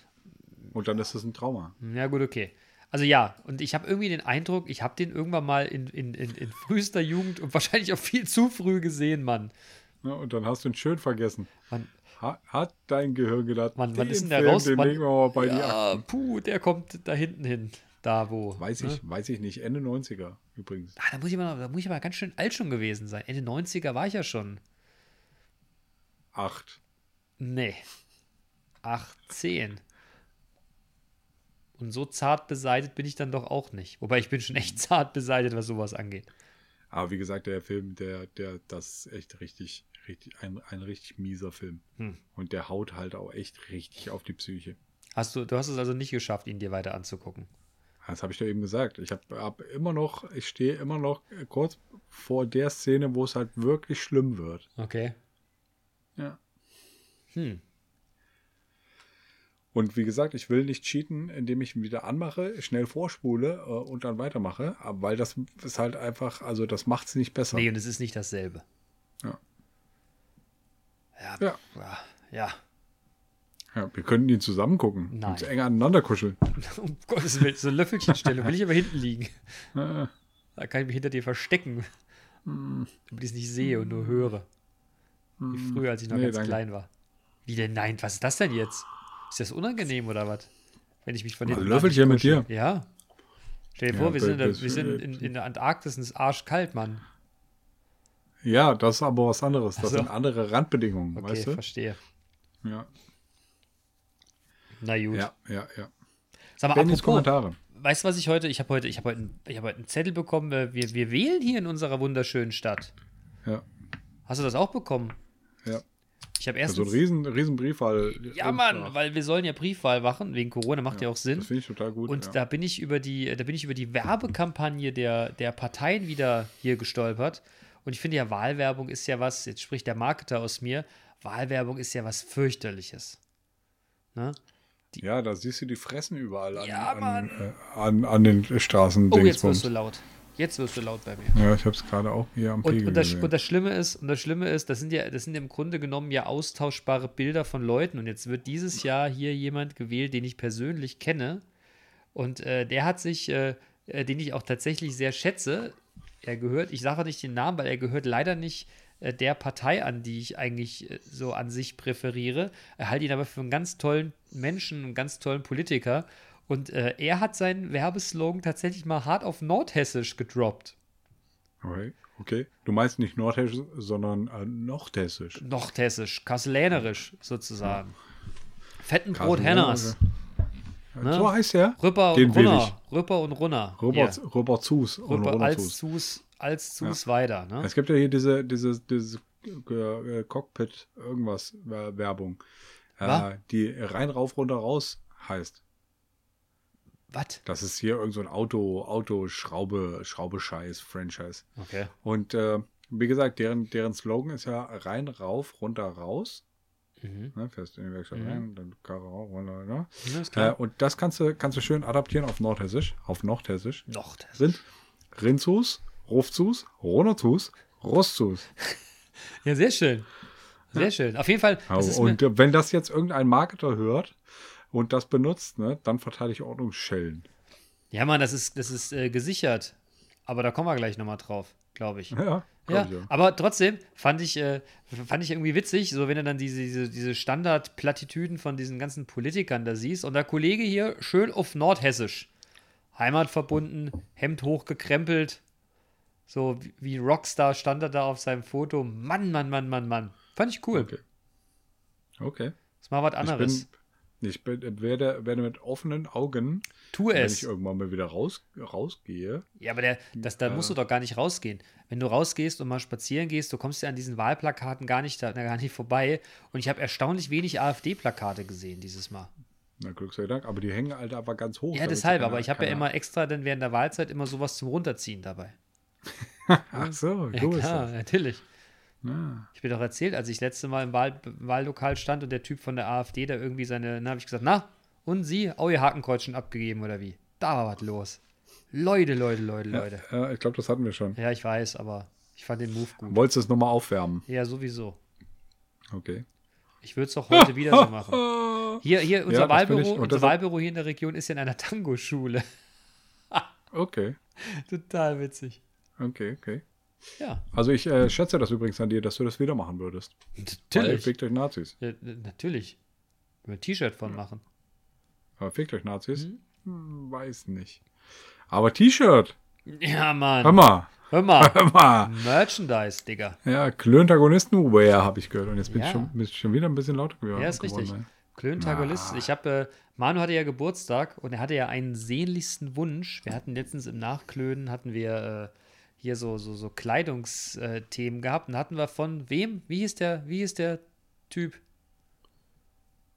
Speaker 2: Und dann ist es ein Trauma.
Speaker 3: Hm, Ja, gut, okay. Also ja, und ich habe irgendwie den Eindruck, ich habe den irgendwann mal in, in, in, in frühester Jugend und wahrscheinlich auch viel zu früh gesehen, Mann.
Speaker 2: Ja, Ne, und dann hast du ihn schön vergessen.
Speaker 3: Mann,
Speaker 2: Hat, hat dein Gehirn gedacht,
Speaker 3: Wann- wann ist
Speaker 2: den
Speaker 3: denn der
Speaker 2: Film,
Speaker 3: raus?
Speaker 2: den
Speaker 3: Wann-
Speaker 2: legen wir mal bei die Akten.
Speaker 3: Ja, puh, der kommt da hinten hin. Da wo. ne?
Speaker 2: Weiß ich, weiß ich nicht. Ende 90er übrigens.
Speaker 3: Ah, da muss ich mal, da muss ich mal ganz schön alt schon gewesen sein. Ende 90er war ich ja schon.
Speaker 2: Acht.
Speaker 3: Nee. 18. Und so zart beseitet bin ich dann doch auch nicht. Wobei ich bin schon
Speaker 2: Hm.
Speaker 3: echt zart beseitet, was sowas angeht.
Speaker 2: Aber wie gesagt, der Film, der, der, das ist echt richtig, richtig, ein, ein richtig mieser Film.
Speaker 3: Hm.
Speaker 2: Und der haut halt auch echt richtig auf die Psyche.
Speaker 3: Hast du, du hast es also nicht geschafft, ihn dir weiter anzugucken.
Speaker 2: Das habe ich dir eben gesagt. Ich habe hab immer noch, ich stehe immer noch kurz vor der Szene, wo es halt wirklich schlimm wird.
Speaker 3: Okay.
Speaker 2: Ja.
Speaker 3: Hm.
Speaker 2: Und wie gesagt, ich will nicht cheaten, indem ich ihn wieder anmache, schnell vorspule äh, und dann weitermache, Aber weil das ist halt einfach, also das macht es nicht besser.
Speaker 3: Nee, und es ist nicht dasselbe.
Speaker 2: Ja.
Speaker 3: Ja.
Speaker 2: Ja.
Speaker 3: Ja. ja.
Speaker 2: Ja, wir könnten ihn zusammen gucken.
Speaker 3: Nein.
Speaker 2: Uns eng aneinander kuscheln.
Speaker 3: Um Gottes Willen, so eine Löffelchenstelle. Will ich aber hinten liegen.
Speaker 2: Äh,
Speaker 3: Da kann ich mich hinter dir verstecken.
Speaker 2: Hm.
Speaker 3: Damit ich es nicht sehe und nur höre. Wie früher, als ich noch
Speaker 2: Nee,
Speaker 3: ganz
Speaker 2: danke.
Speaker 3: klein war. Wie denn? Nein, was ist das denn jetzt? Ist das unangenehm oder was? Wenn ich mich von
Speaker 2: Also
Speaker 3: hinten
Speaker 2: Löffelchen mit
Speaker 3: ankuschel. Ja. Stell dir
Speaker 2: Ja,
Speaker 3: vor, wir
Speaker 2: das-
Speaker 3: sind, in der,
Speaker 2: das-
Speaker 3: wir sind in, in der Antarktis und es ist arschkalt, Mann.
Speaker 2: Ja, das ist aber was anderes. Das
Speaker 3: Also.
Speaker 2: sind andere Randbedingungen,
Speaker 3: Okay,
Speaker 2: weißt du?
Speaker 3: verstehe.
Speaker 2: Ja,
Speaker 3: Na gut.
Speaker 2: ja, ja. ja.
Speaker 3: Sag mal,
Speaker 2: Bennys
Speaker 3: apropos,
Speaker 2: Kommentare.
Speaker 3: weißt du, was ich heute, ich habe heute, ich habe heute, einen- ich hab heute einen Zettel bekommen, äh, wir, wir wählen hier in unserer wunderschönen Stadt.
Speaker 2: Ja,
Speaker 3: Hast du das auch bekommen?
Speaker 2: ja.
Speaker 3: Ich habe
Speaker 2: Also
Speaker 3: erstens,
Speaker 2: ein riesen, riesen Briefwahl.
Speaker 3: ja Mann, weil wir sollen ja Briefwahl machen, wegen Corona macht ja, auch Sinn.
Speaker 2: Das finde ich total gut.
Speaker 3: Und
Speaker 2: ja.
Speaker 3: da bin ich über die, äh, da bin ich über die Werbekampagne der, der Parteien wieder hier gestolpert. Und ich finde ja, Wahlwerbung ist ja was, jetzt spricht der Marketer aus mir, Wahlwerbung ist ja was fürchterliches. Ne?
Speaker 2: ja, da siehst du die Fressen überall an,
Speaker 3: Ja,
Speaker 2: an,
Speaker 3: Mann.
Speaker 2: äh, an, an den Straßen.
Speaker 3: Oh, jetzt wirst du laut. Jetzt wirst du laut bei mir.
Speaker 2: ja, ich habe es gerade auch hier am
Speaker 3: Und,
Speaker 2: Pegel
Speaker 3: und, das,
Speaker 2: gesehen.
Speaker 3: und das Schlimme ist, und das Schlimme ist, das sind ja, das sind im Grunde genommen ja austauschbare Bilder von Leuten. Und jetzt wird dieses Jahr hier jemand gewählt, den ich persönlich kenne. Und äh, der hat sich, äh, äh, den ich auch tatsächlich sehr schätze. Er gehört, ich sage nicht den Namen, weil er gehört leider nicht äh, der Partei an, die ich eigentlich äh, so an sich präferiere. Er halte ihn aber für einen ganz tollen Menschen, einen ganz tollen Politiker. Und äh, er hat seinen Werbeslogan tatsächlich mal hart auf Nordhessisch gedroppt.
Speaker 2: Okay. okay. Du meinst nicht nordhessisch, sondern äh, nordhessisch.
Speaker 3: noch hessisch, kasselänerisch sozusagen. Fettenbrot
Speaker 2: Carsten
Speaker 3: Henners.
Speaker 2: Lange.
Speaker 3: Ne?
Speaker 2: So heißt er.
Speaker 3: Rüpper und
Speaker 2: Den will
Speaker 3: Runner. Rüpper und Runner.
Speaker 2: Robert,
Speaker 3: Hier.
Speaker 2: Robert Zus. und
Speaker 3: Rüpper
Speaker 2: Ronald
Speaker 3: als
Speaker 2: Zus.
Speaker 3: Zus, als Zus weiter. Ne?
Speaker 2: Es gibt ja hier diese, diese, diese äh, äh, Cockpit irgendwas äh, Werbung, äh,
Speaker 3: Was?
Speaker 2: die rein rauf runter raus heißt.
Speaker 3: Was?
Speaker 2: Das ist hier irgend so ein Auto Auto Schraube Schraube Scheiß Franchise.
Speaker 3: Okay.
Speaker 2: Und äh, wie gesagt, deren deren Slogan ist ja rein rauf runter raus.
Speaker 3: Mhm.
Speaker 2: Ne, fährst in die Werkstatt
Speaker 3: Mhm.
Speaker 2: rein, dann Karre rauf runter. Ne?
Speaker 3: Ja, ist
Speaker 2: Äh,
Speaker 3: klar.
Speaker 2: und das kannst du kannst du schön adaptieren auf Nordhessisch, auf Nordhessisch.
Speaker 3: noch hessisch.
Speaker 2: Rind Rinzus, Rufzus, Ronotus, Rostus.
Speaker 3: Ja, sehr schön. Sehr schön. Auf jeden Fall. Das ist
Speaker 2: Oh,
Speaker 3: mir,
Speaker 2: und äh, wenn das jetzt irgendein Marketer hört und das benutzt, ne, dann verteile ich Ordnungsschellen.
Speaker 3: ja, Mann, das ist, das ist äh, gesichert. Aber da kommen wir gleich nochmal drauf, glaube ich.
Speaker 2: Ja,
Speaker 3: Ja, ah,
Speaker 2: glaub ich ja.
Speaker 3: aber trotzdem fand ich, äh, fand ich irgendwie witzig, so wenn du dann diese, diese, diese Standardplattitüden von diesen ganzen Politikern da siehst. Und der Kollege hier schön auf Nordhessisch. Heimat verbunden, Hemd hochgekrempelt. So wie- wie Rockstar stand er da auf seinem Foto. Mann, Mann, Mann, Mann, Mann. Fand ich cool.
Speaker 2: Okay. Okay.
Speaker 3: Ist mal was
Speaker 2: Ich
Speaker 3: anderes.
Speaker 2: bin, ich bin, werde, werde mit offenen Augen,
Speaker 3: tu
Speaker 2: wenn
Speaker 3: es.
Speaker 2: ich irgendwann mal wieder raus, rausgehe.
Speaker 3: Ja, aber der, das, da musst du doch gar nicht rausgehen. Wenn du rausgehst und mal spazieren gehst, du kommst ja an diesen Wahlplakaten gar nicht, da, gar nicht vorbei. Und ich habe erstaunlich wenig AfD-Plakate gesehen dieses Mal.
Speaker 2: Na, Glück sei Dank, aber die hängen halt aber ganz hoch.
Speaker 3: Ja,
Speaker 2: damit
Speaker 3: deshalb,
Speaker 2: keiner-
Speaker 3: aber ich habe ja
Speaker 2: keiner-
Speaker 3: immer extra dann während der Wahlzeit immer sowas zum Runterziehen dabei.
Speaker 2: Ach so,
Speaker 3: Ja,
Speaker 2: du bist
Speaker 3: klar,
Speaker 2: das.
Speaker 3: natürlich.
Speaker 2: Ja.
Speaker 3: Ich bin doch erzählt, als ich letzte Mal im Wahl Wahllokal stand und der Typ von der AfD da irgendwie seine, na, habe ich gesagt, na, und Sie, oh, ihr Hakenkreuz schon abgegeben oder wie? Da war was los. Leute, Leute, Leute, Leute.
Speaker 2: Ja, Äh, ich glaube, das hatten wir schon.
Speaker 3: Ja, ich weiß, aber ich fand den Move gut.
Speaker 2: Wolltest du es nochmal aufwärmen?
Speaker 3: Ja, sowieso.
Speaker 2: Okay.
Speaker 3: Ich würde es auch heute wieder so machen.
Speaker 2: Oh,
Speaker 3: Hier, hier, unser,
Speaker 2: Ja, das bin
Speaker 3: Wahlbüro,
Speaker 2: ich. Und
Speaker 3: unser
Speaker 2: deshalb-
Speaker 3: Wahlbüro hier in der Region ist ja in einer Tango-Schule.
Speaker 2: okay,
Speaker 3: Total witzig.
Speaker 2: okay, okay.
Speaker 3: Ja,
Speaker 2: Also ich äh, schätze das übrigens an dir, dass du das wieder machen würdest. Weil
Speaker 3: natürlich.
Speaker 2: Fickt euch Nazis.
Speaker 3: Ja, n- natürlich. Können wir ein T-Shirt
Speaker 2: Hm.
Speaker 3: von machen.
Speaker 2: Aber Äh, fickt euch Nazis?
Speaker 3: Mhm.
Speaker 2: Hm, weiß nicht. Aber T-Shirt.
Speaker 3: Ja, Mann.
Speaker 2: Hör mal.
Speaker 3: Hör mal.
Speaker 2: Hör mal.
Speaker 3: Merchandise, Digga.
Speaker 2: Ja, Klöntagonisten-Wear habe ich gehört. Und jetzt bin
Speaker 3: Ja.
Speaker 2: ich schon, bin ich schon wieder ein bisschen lauter geworden.
Speaker 3: Ja, ist richtig.
Speaker 2: geworden,
Speaker 3: Klöntagolist.
Speaker 2: Na.
Speaker 3: Ich habe, äh, Manu hatte ja Geburtstag und er hatte ja einen sehnlichsten Wunsch. Wir hatten letztens im Nachklönen, hatten wir äh, hier so, so, so Kleidungsthemen gehabt. Und hatten wir von wem? Wie hieß der, wie hieß der Typ?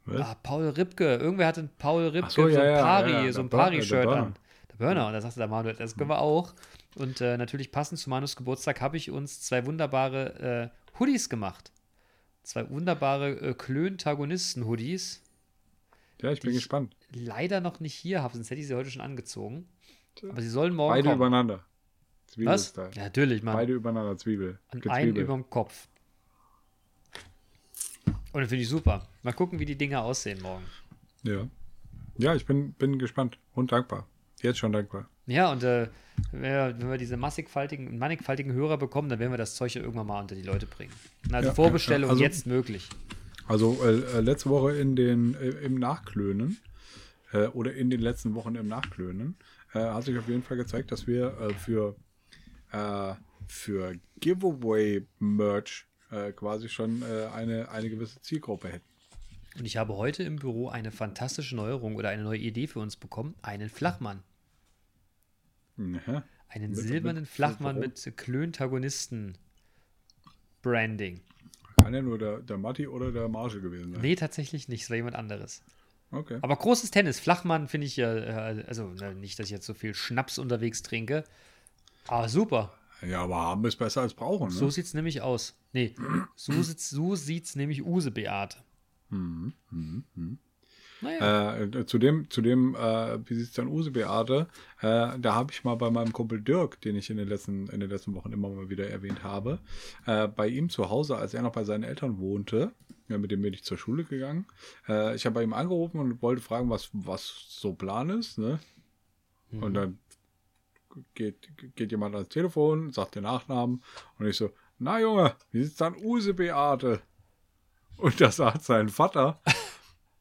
Speaker 2: Was?
Speaker 3: Ah, Paul Ripke. Irgendwer hatte einen Paul Ripke,
Speaker 2: Ach so,
Speaker 3: so
Speaker 2: ja,
Speaker 3: ein
Speaker 2: ja,
Speaker 3: Pari,
Speaker 2: ja, ja,
Speaker 3: so ein
Speaker 2: der Burner, der
Speaker 3: Pari-Shirt
Speaker 2: Burner.
Speaker 3: an. Der Burner. Und da sagte der Manuel, das können wir auch. Und äh, natürlich passend zu Manus Geburtstag habe ich uns zwei wunderbare äh, Hoodies gemacht. Zwei wunderbare äh, Klöntagonisten-Hoodies.
Speaker 2: Ja, ich bin
Speaker 3: Die-
Speaker 2: gespannt.
Speaker 3: Leider noch nicht hier habe, sonst hätte ich sie heute schon angezogen. Aber sie sollen morgen
Speaker 2: Beide
Speaker 3: kommen.
Speaker 2: übereinander. Zwiebel
Speaker 3: Was?
Speaker 2: Style.
Speaker 3: Ja, natürlich, Mann.
Speaker 2: Beide übereinander, Zwiebel.
Speaker 3: Und einen
Speaker 2: Gezwiebel.
Speaker 3: überm Kopf. Und das finde ich super. Mal gucken, wie die Dinger aussehen morgen.
Speaker 2: Ja. Ja, ich bin, bin gespannt und dankbar. Jetzt schon dankbar.
Speaker 3: Ja, und äh, wenn wir- wenn wir diese massigfaltigen, mannigfaltigen Hörer bekommen, dann werden wir das Zeug ja irgendwann mal unter die Leute bringen. Also
Speaker 2: Ja,
Speaker 3: Vorbestellung
Speaker 2: ja, also-
Speaker 3: jetzt möglich.
Speaker 2: Also äh, äh, letzte Woche in den, äh, im Nachklönen äh, oder in den letzten Wochen im Nachklönen äh, hat sich auf jeden Fall gezeigt, dass wir äh, für, äh, für Giveaway-Merch äh, quasi schon äh, eine, eine gewisse Zielgruppe hätten.
Speaker 3: Und ich habe heute im Büro eine fantastische Neuerung oder eine neue Idee für uns bekommen. Einen Flachmann.
Speaker 2: Mhm.
Speaker 3: Einen
Speaker 2: Mit-
Speaker 3: silbernen
Speaker 2: mit-
Speaker 3: Flachmann
Speaker 2: warum?
Speaker 3: mit Klöntagonisten. Branding.
Speaker 2: Kann ja nur der, der Matti oder der Marge gewesen sein.
Speaker 3: Nee, tatsächlich nicht. Es war jemand anderes.
Speaker 2: Okay.
Speaker 3: Aber großes Tennis. Flachmann finde ich ja, äh, also na, nicht, dass ich jetzt so viel Schnaps unterwegs trinke. Aber super.
Speaker 2: Ja, aber haben ist besser als brauchen. Ne?
Speaker 3: So sieht's nämlich aus. Nee, so, sieht's, so sieht's nämlich Use Beate.
Speaker 2: Mhm.
Speaker 3: Naja,
Speaker 2: Äh, zu dem, zu dem äh, wie sieht's dann Use Beate, äh, da habe ich mal bei meinem Kumpel Dirk, den ich in den letzten, in den letzten Wochen immer mal wieder erwähnt habe, äh, bei ihm zu Hause, als er noch bei seinen Eltern wohnte, ja, mit dem bin ich zur Schule gegangen. Äh, ich habe bei ihm angerufen und wollte fragen, was, was so Plan ist, ne?
Speaker 3: Mhm.
Speaker 2: Und dann geht, geht jemand ans Telefon, sagt den Nachnamen und ich so, na Junge, wie sieht's dann Use Beate? Und da sagt sein Vater,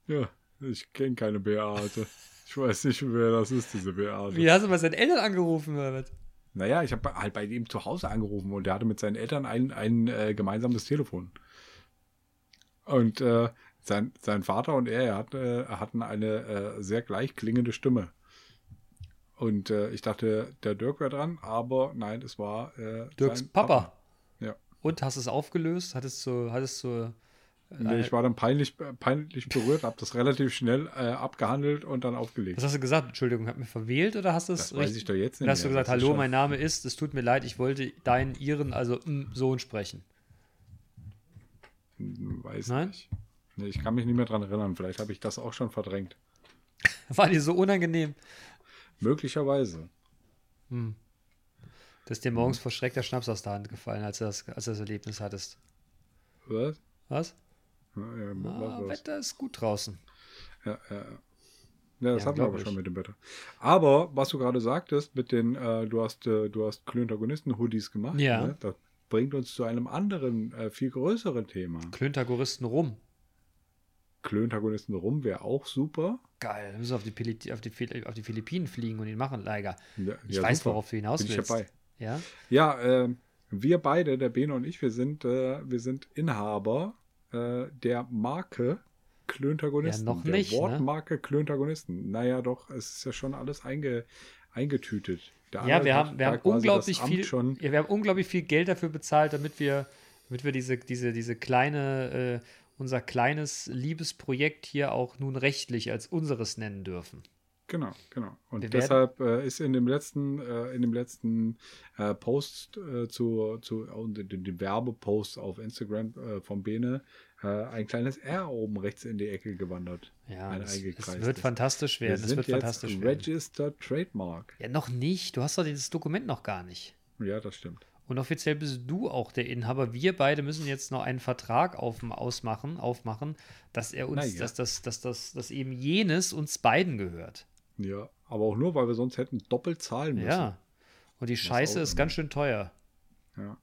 Speaker 2: ja, ich kenne keine Beate. Ich weiß nicht, wer das ist, diese Beate.
Speaker 3: Wie hast du bei seinen Eltern angerufen, Herbert?
Speaker 2: Naja, ich habe halt bei ihm zu Hause angerufen und er hatte mit seinen Eltern ein, ein äh, gemeinsames Telefon. Und äh, sein, sein Vater und er, er hat, äh, hatten eine äh, sehr gleich klingende Stimme. Und äh, ich dachte, der Dirk wäre dran, aber nein, es war äh,
Speaker 3: Dirks
Speaker 2: sein
Speaker 3: Papa.
Speaker 2: Ja.
Speaker 3: Und hast es aufgelöst? Hattest du, hattest du,
Speaker 2: Nee, ich war dann peinlich, peinlich berührt, habe das relativ schnell äh, abgehandelt und dann aufgelegt.
Speaker 3: was hast du gesagt? Entschuldigung, hat mir verwählt oder hast du es
Speaker 2: Das weiß ich doch jetzt nicht
Speaker 3: Dann hast du
Speaker 2: mehr.
Speaker 3: gesagt,
Speaker 2: Das ist
Speaker 3: hallo,
Speaker 2: schon-
Speaker 3: mein Name ist, es tut mir leid, ich wollte deinen, ihren, also mm, Sohn sprechen.
Speaker 2: Weiß
Speaker 3: Nein?
Speaker 2: nicht. Nee, ich kann mich nicht mehr dran erinnern. Vielleicht habe ich das auch schon verdrängt.
Speaker 3: War dir so unangenehm,
Speaker 2: Möglicherweise.
Speaker 3: dass dir
Speaker 2: Hm.
Speaker 3: morgens vor Schreck der Schnaps aus der Hand gefallen, als du das, als du das Erlebnis hattest.
Speaker 2: Was?
Speaker 3: Was?
Speaker 2: Ja, ja,
Speaker 3: Ah,
Speaker 2: was?
Speaker 3: Wetter ist gut draußen.
Speaker 2: Ja, ja. ja. Ja, das
Speaker 3: Ja,
Speaker 2: hatten wir
Speaker 3: glaub
Speaker 2: aber
Speaker 3: ich.
Speaker 2: schon mit dem Wetter. Aber was du gerade sagtest, mit den, äh, du hast, äh, du hast Klöntagonisten-Hoodies gemacht.
Speaker 3: Ja.
Speaker 2: Ne? Das bringt uns zu einem anderen, äh, viel größeren Thema.
Speaker 3: Klöntagoristen rum.
Speaker 2: Klöntagonisten rum wäre auch super.
Speaker 3: Geil, wir müssen auf die, Pili- auf, die, Fili- auf die Philippinen fliegen und ihn machen, Leiger.
Speaker 2: Ja,
Speaker 3: Ich
Speaker 2: ja,
Speaker 3: weiß,
Speaker 2: super.
Speaker 3: worauf du hinaus
Speaker 2: Bin ich
Speaker 3: willst.
Speaker 2: dabei.
Speaker 3: Ja?
Speaker 2: Ja, ähm, wir beide, der Bene und ich, wir sind, äh, wir sind Inhaber äh, der Marke Klöntagonisten.
Speaker 3: Ja, noch
Speaker 2: der
Speaker 3: nicht, ne?
Speaker 2: Wortmarke Klöntagonisten. Naja, doch, es ist ja schon alles einge, eingetütet. Der
Speaker 3: ja,
Speaker 2: Anwalt
Speaker 3: wir
Speaker 2: hat
Speaker 3: haben, wir
Speaker 2: da
Speaker 3: haben
Speaker 2: quasi
Speaker 3: unglaublich
Speaker 2: das Amt
Speaker 3: viel,
Speaker 2: Schon,
Speaker 3: ja, wir haben unglaublich viel Geld dafür bezahlt, damit wir, damit wir diese, diese, diese kleine, äh, unser kleines Liebesprojekt hier auch nun rechtlich als unseres nennen dürfen.
Speaker 2: genau, genau.
Speaker 3: Wir
Speaker 2: Und
Speaker 3: werden-
Speaker 2: deshalb äh, ist in dem letzten, äh, in dem letzten äh, Post äh, zu, zu äh, den, den Werbepost auf Instagram äh, von Bene äh, ein kleines R oben rechts in die Ecke gewandert.
Speaker 3: Ja,
Speaker 2: Ein
Speaker 3: es, es
Speaker 2: eingekreistes.
Speaker 3: wird fantastisch werden.
Speaker 2: wir
Speaker 3: Es
Speaker 2: sind
Speaker 3: wird
Speaker 2: jetzt
Speaker 3: fantastisch werden.
Speaker 2: Registered Trademark.
Speaker 3: Ja, noch nicht. Du hast doch dieses Dokument noch gar nicht.
Speaker 2: Ja, das stimmt.
Speaker 3: Und offiziell bist du auch der Inhaber. Wir beide müssen jetzt noch einen Vertrag auf, ausmachen, aufmachen, dass er uns,
Speaker 2: Na ja.
Speaker 3: dass, dass, dass, dass, dass eben jenes uns beiden gehört.
Speaker 2: Ja, aber auch nur, weil wir sonst hätten doppelt zahlen müssen.
Speaker 3: Ja. Und die Scheiße
Speaker 2: auch
Speaker 3: ist
Speaker 2: immer.
Speaker 3: ganz schön teuer.
Speaker 2: Ja.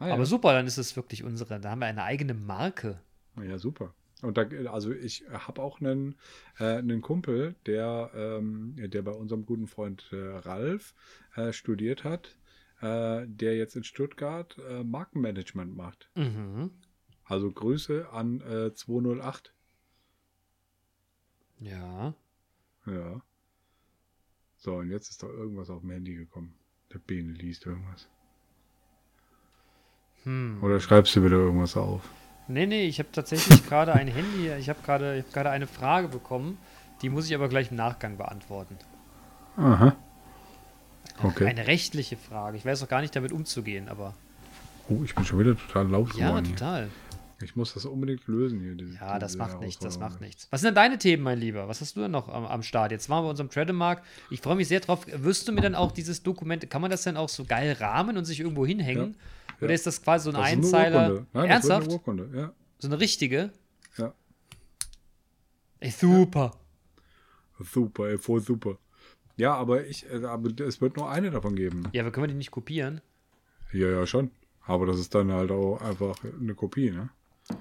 Speaker 2: Ah, ja.
Speaker 3: Aber super, dann ist es wirklich unsere. Da haben wir eine eigene Marke.
Speaker 2: ja, super. Und da, also ich habe auch einen, äh, einen Kumpel, der, ähm, der bei unserem guten Freund äh, Ralf äh, studiert hat, äh, der jetzt in Stuttgart äh, Markenmanagement macht.
Speaker 3: Mhm.
Speaker 2: Also Grüße an äh, 208.
Speaker 3: Ja.
Speaker 2: Ja. So, und jetzt ist doch irgendwas auf dem Handy gekommen. Der Bene liest irgendwas.
Speaker 3: Hm.
Speaker 2: Oder schreibst du wieder irgendwas auf?
Speaker 3: Nee, nee, ich habe tatsächlich gerade ein Handy. Ich habe gerade ich hab gerade eine Frage bekommen. Die muss ich aber gleich im Nachgang beantworten.
Speaker 2: Aha. Okay.
Speaker 3: Eine rechtliche Frage. Ich weiß auch gar nicht, damit umzugehen, aber.
Speaker 2: Oh, ich bin schon wieder total laut
Speaker 3: Ja,
Speaker 2: geworden hier.
Speaker 3: total.
Speaker 2: Ich muss das unbedingt lösen hier. Diese,
Speaker 3: Ja, das
Speaker 2: diese
Speaker 3: macht nichts, das macht
Speaker 2: Herausforderung.
Speaker 3: nichts. Was sind denn deine Themen, mein Lieber? Was hast du denn noch am, am Start? Jetzt waren wir bei unserem Trademark. Ich freue mich sehr drauf. Wirst du mir dann auch dieses Dokument, kann man das dann auch so geil rahmen und sich irgendwo hinhängen?
Speaker 2: Ja.
Speaker 3: Oder ist das quasi so ein
Speaker 2: Das ist eine
Speaker 3: Einzeiler?
Speaker 2: Urkunde. Nein, das wird
Speaker 3: Ernsthaft?
Speaker 2: eine Urkunde. Ja.
Speaker 3: So eine richtige?
Speaker 2: Ja.
Speaker 3: Ey, super.
Speaker 2: Super, ey, voll super. Ja, aber ich, äh, aber es wird nur eine davon geben.
Speaker 3: Ja, aber können wir die nicht kopieren?
Speaker 2: Ja, ja, schon. Aber das ist dann halt auch einfach eine Kopie, ne?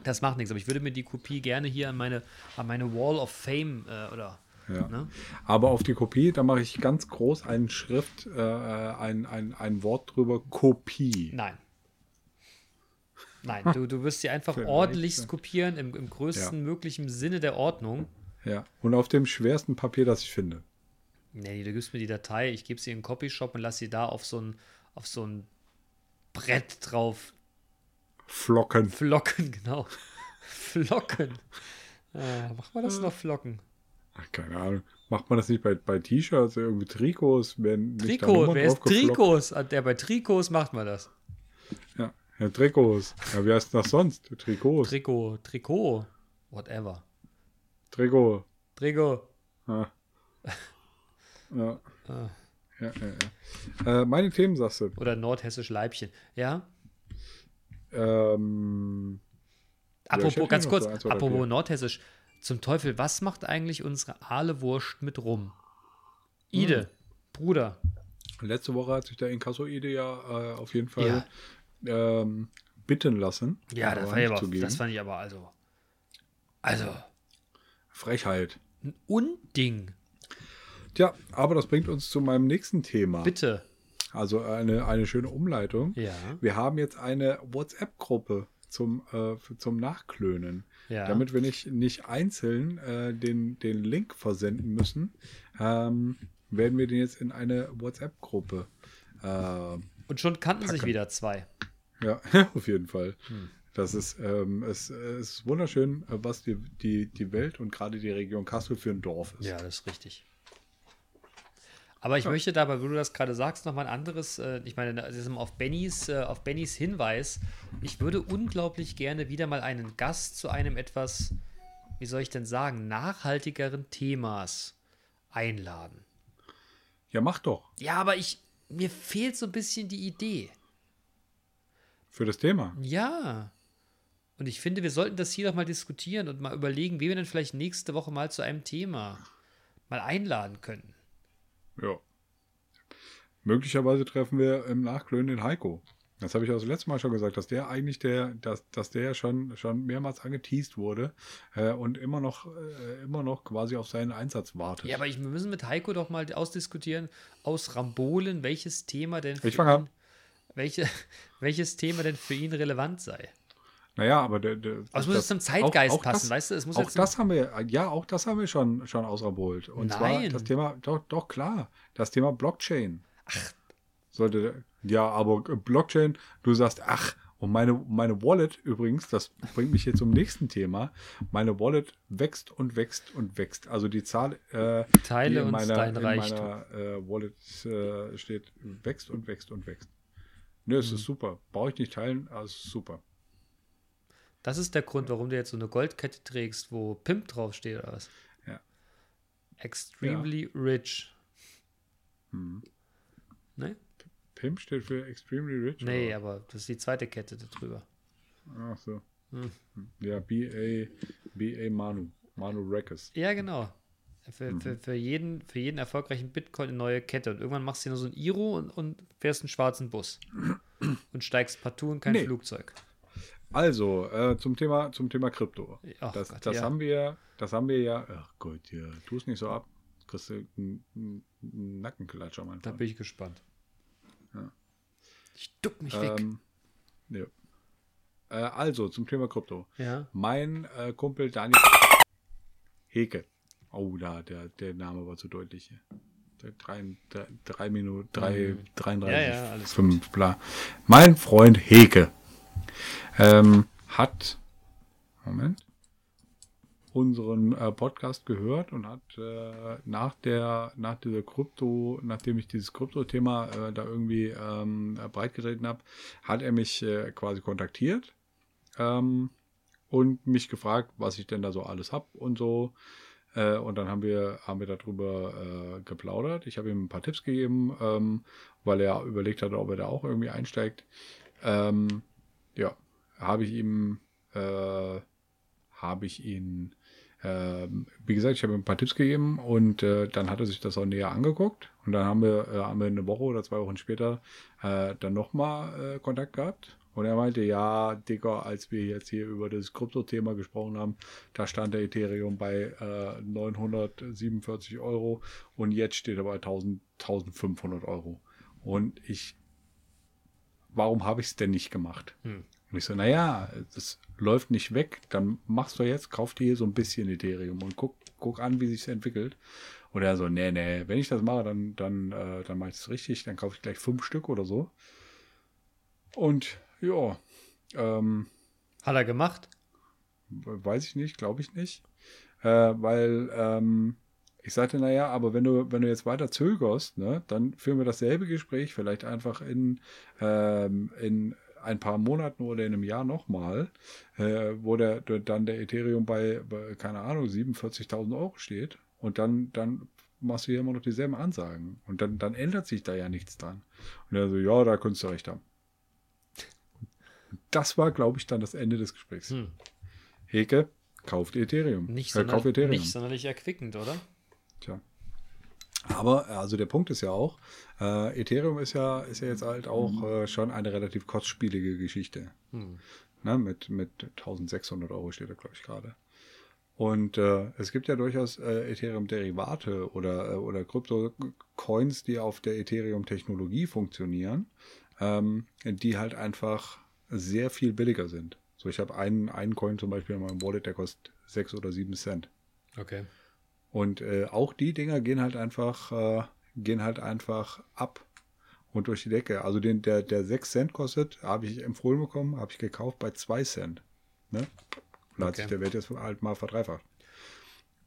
Speaker 3: Das macht nichts, aber ich würde mir die Kopie gerne hier an meine, an meine Wall of Fame äh, oder.
Speaker 2: Ja.
Speaker 3: Ne?
Speaker 2: Aber auf die Kopie, da mache ich ganz groß einen Schrift, äh, ein, ein, ein Wort drüber, Kopie.
Speaker 3: Nein. Nein, du, du wirst sie einfach
Speaker 2: Vielleicht,
Speaker 3: ordentlichst
Speaker 2: ja.
Speaker 3: kopieren, im, im größten möglichen Sinne der Ordnung.
Speaker 2: Ja. Und auf dem schwersten Papier, das ich finde.
Speaker 3: Nee, du gibst mir die Datei, ich gebe sie in den Copyshop und lass sie da auf so ein, auf so ein Brett drauf
Speaker 2: Flocken.
Speaker 3: flocken, genau. flocken. Äh, machen wir das noch flocken?
Speaker 2: Ach, keine Ahnung. Macht man das nicht bei, bei T-Shirts, irgendwie Trikots? Werden nicht da
Speaker 3: Trikot,
Speaker 2: Nummern
Speaker 3: wer ist
Speaker 2: drauf geflockt?
Speaker 3: Trikots? Ah, Der bei Trikots macht man das.
Speaker 2: Ja, ja, Trikots. Ja, wie heißt das sonst? Trikots.
Speaker 3: Trikot, Trikot, whatever.
Speaker 2: Trikot.
Speaker 3: Trikot.
Speaker 2: Ja. Ja.
Speaker 3: Ah.
Speaker 2: Ja, ja, ja. Äh, meine Themen, sagst du.
Speaker 3: Oder nordhessisch Leibchen. Ja?
Speaker 2: Ähm, ich
Speaker 3: Apropos,
Speaker 2: hätte
Speaker 3: ganz
Speaker 2: noch
Speaker 3: kurz,
Speaker 2: so ein, zwei, drei,
Speaker 3: apropos
Speaker 2: vier.
Speaker 3: nordhessisch. Zum Teufel, was macht eigentlich unsere Aale-Wurst mit
Speaker 2: Hm.
Speaker 3: rum? Ide, Bruder.
Speaker 2: letzte Woche hat sich der Inkasso-Ide ja äh, auf jeden Fall
Speaker 3: Ja.
Speaker 2: ähm, bitten lassen. um
Speaker 3: Ja,
Speaker 2: Aber
Speaker 3: das fand, ich aber,
Speaker 2: hinzugeben.
Speaker 3: das fand ich aber also. Also,
Speaker 2: Frechheit.
Speaker 3: ein Unding.
Speaker 2: Tja, aber das bringt uns zu meinem nächsten Thema.
Speaker 3: Bitte.
Speaker 2: Also eine, eine schöne Umleitung.
Speaker 3: Ja.
Speaker 2: Wir haben jetzt eine WhatsApp-Gruppe zum, äh, für- zum Nachklönen.
Speaker 3: Ja.
Speaker 2: Damit wir nicht, nicht einzeln äh, den, den Link versenden müssen, ähm, werden wir den jetzt in eine WhatsApp-Gruppe. Äh, ja,
Speaker 3: Und schon kannten sich
Speaker 2: Packe.
Speaker 3: wieder zwei.
Speaker 2: auf jeden Fall.
Speaker 3: Hm.
Speaker 2: Das ist, ähm, es, es ist wunderschön, äh, was die, die, die Welt und gerade die Region Kassel für ein Dorf ist.
Speaker 3: Ja, das ist richtig. Aber ich möchte dabei, wo du das gerade sagst, nochmal ein anderes, äh, ich meine, das ist immer auf Bennys, äh, auf Bennys Hinweis, ich würde unglaublich gerne wieder mal einen Gast zu einem etwas, wie soll ich denn sagen, nachhaltigeren Themas einladen.
Speaker 2: ja mach doch.
Speaker 3: Ja, aber ich, mir fehlt so ein bisschen die Idee.
Speaker 2: Für das Thema.
Speaker 3: Ja. Und ich finde, wir sollten das hier doch mal diskutieren und mal überlegen, wen wir denn vielleicht nächste Woche mal zu einem Thema mal einladen können.
Speaker 2: Ja. Möglicherweise treffen wir im Nachklönen den Heiko. Das habe ich auch das letzte Mal schon gesagt, dass der eigentlich der, dass, dass der schon, schon mehrmals angeteased wurde äh, und immer noch, äh, immer noch quasi auf seinen Einsatz wartet.
Speaker 3: Ja, aber ich, wir müssen mit Heiko doch mal ausdiskutieren, aus Rambolen, welches Thema denn für
Speaker 2: Ich fange an.
Speaker 3: ihn, welche, welches Thema denn für ihn relevant sei.
Speaker 2: Naja, aber der, der,
Speaker 3: Aber es Also muss jetzt zum Zeitgeist passen, weißt du? Es muss
Speaker 2: auch
Speaker 3: jetzt-
Speaker 2: das haben wir, äh, ja, auch das haben wir schon, schon ausgeholt. Und zwar
Speaker 3: Nein.
Speaker 2: das Thema, doch, doch klar, das Thema Blockchain. Ach. Sollte, der- ja, aber äh, Blockchain, du sagst, ach, und meine, meine Wallet übrigens, das bringt mich jetzt zum nächsten Thema. Meine Wallet wächst und wächst und wächst. Also die Zahl, äh, die
Speaker 3: um Teile
Speaker 2: in
Speaker 3: uns
Speaker 2: meiner,
Speaker 3: dein
Speaker 2: in
Speaker 3: Reichtum.
Speaker 2: meiner äh, Wallet äh, steht, wächst und wächst und wächst. Nö,
Speaker 3: Hm.
Speaker 2: es ist super. Brauche ich nicht teilen, also super.
Speaker 3: Das ist der Grund, warum du jetzt so eine Goldkette trägst, wo Pimp draufsteht oder was?
Speaker 2: Ja.
Speaker 3: Extremely rich. Ne?
Speaker 2: Hm. PIMP steht für Extremely Rich.
Speaker 3: Nee,
Speaker 2: oder?
Speaker 3: aber das ist die zweite Kette da drüber.
Speaker 2: Ach so.
Speaker 3: Hm.
Speaker 2: Ja, BA, BA Manu. Manu Reckes.
Speaker 3: Ja, genau. Für,
Speaker 2: Mhm.
Speaker 3: für, für, jeden, für jeden erfolgreichen Bitcoin eine neue Kette. Und irgendwann machst du dir nur so ein Iro und, und fährst einen schwarzen Bus. Und steigst partout in kein
Speaker 2: Nee.
Speaker 3: Flugzeug.
Speaker 2: Also, äh, zum Thema zum Thema Krypto.
Speaker 3: Ach
Speaker 2: das,
Speaker 3: Gott,
Speaker 2: das
Speaker 3: ja.
Speaker 2: haben wir, das haben wir ja. Ach Gott, ja, tu es nicht so ab. Kriegst du einen- einen einen Nackenklatscher
Speaker 3: Da
Speaker 2: manchmal.
Speaker 3: bin ich gespannt. Ich duck mich weg.
Speaker 2: Ähm, ja. äh, also, zum Thema Krypto.
Speaker 3: Ja.
Speaker 2: Mein äh, Kumpel Daniel Heke. Oh, da, der, der Name war zu deutlich. Drei, drei, drei Minuten, drei, 33,
Speaker 3: Mhm. Ja, ja, alles
Speaker 2: fünf, bla. Mein Freund Heke ähm, hat, Moment, unseren äh, Podcast gehört und hat äh, nach der, nach dieser Krypto, nachdem ich dieses Krypto-Thema äh, da irgendwie ähm, breitgetreten habe, hat er mich äh, quasi kontaktiert. Ähm, und mich gefragt, was ich denn da so alles hab und so. Äh, und dann haben wir, haben wir darüber äh, geplaudert. Ich habe ihm ein paar Tipps gegeben, ähm, weil er überlegt hat, ob er da auch irgendwie einsteigt. Ähm, ja, habe ich ihm äh, habe ich ihn, äh, wie gesagt, ich habe ihm ein paar Tipps gegeben und äh, dann hat er sich das auch näher angeguckt. Und dann haben wir, äh, haben wir eine Woche oder zwei Wochen später äh, dann nochmal äh, Kontakt gehabt. Und er meinte, ja, Dicker, als wir jetzt hier über das Krypto-Thema gesprochen haben, da stand der Ethereum bei äh, 947 Euro und jetzt steht er bei 1000, 1500 Euro. Und ich, warum habe ich es denn nicht gemacht?
Speaker 3: Hm.
Speaker 2: Und ich so, naja, das läuft nicht weg, dann machst du jetzt, kauf dir hier so ein bisschen Ethereum und guck, guck an, wie sich's entwickelt. Und er so, nee, nee, wenn ich das mache, dann, dann, äh, dann mache ich es richtig, dann kaufe ich gleich fünf Stück oder so. Und ja, ähm,
Speaker 3: Hat er gemacht?
Speaker 2: weiß ich nicht, glaube ich nicht. Äh, weil ähm, ich sagte, naja, aber wenn du, wenn du jetzt weiter zögerst, ne, dann führen wir dasselbe Gespräch vielleicht einfach in, ähm, in ein paar Monaten oder in einem Jahr nochmal, äh, wo der, der, dann der Ethereum bei, bei keine Ahnung, 47.000 Euro steht und dann, dann machst du hier immer noch dieselben Ansagen und dann, dann ändert sich da ja nichts dran. Und er so, ja, da könntest du recht haben. Das war, glaube ich, dann das Ende des Gesprächs.
Speaker 3: Hm.
Speaker 2: Heke, kauft Ethereum.
Speaker 3: Nicht,
Speaker 2: äh, kauft
Speaker 3: sonderlich,
Speaker 2: Ethereum.
Speaker 3: nicht sonderlich erquickend, oder?
Speaker 2: Tja. Aber also der Punkt ist ja auch, äh, Ethereum ist ja, ist ja jetzt halt
Speaker 3: Mhm.
Speaker 2: auch äh, schon eine relativ kostspielige Geschichte.
Speaker 3: Hm.
Speaker 2: Ne? Mit, mit 1600 Euro steht er, glaube ich, gerade. Und äh, es gibt ja durchaus äh, Ethereum-Derivate oder, äh, oder Krypto-Coins, die auf der Ethereum-Technologie funktionieren, ähm, die halt einfach sehr viel billiger sind. So, ich habe einen, einen Coin zum Beispiel in meinem Wallet, der kostet 6 oder 7 Cent.
Speaker 3: Okay.
Speaker 2: Und äh, auch die Dinger gehen halt einfach, äh, gehen halt einfach ab und durch die Decke. Also den, der, der 6 Cent kostet, habe ich empfohlen bekommen, habe ich gekauft bei 2 Cent. Ne? Und da hat
Speaker 3: Okay.
Speaker 2: sich der Wert jetzt halt mal verdreifacht.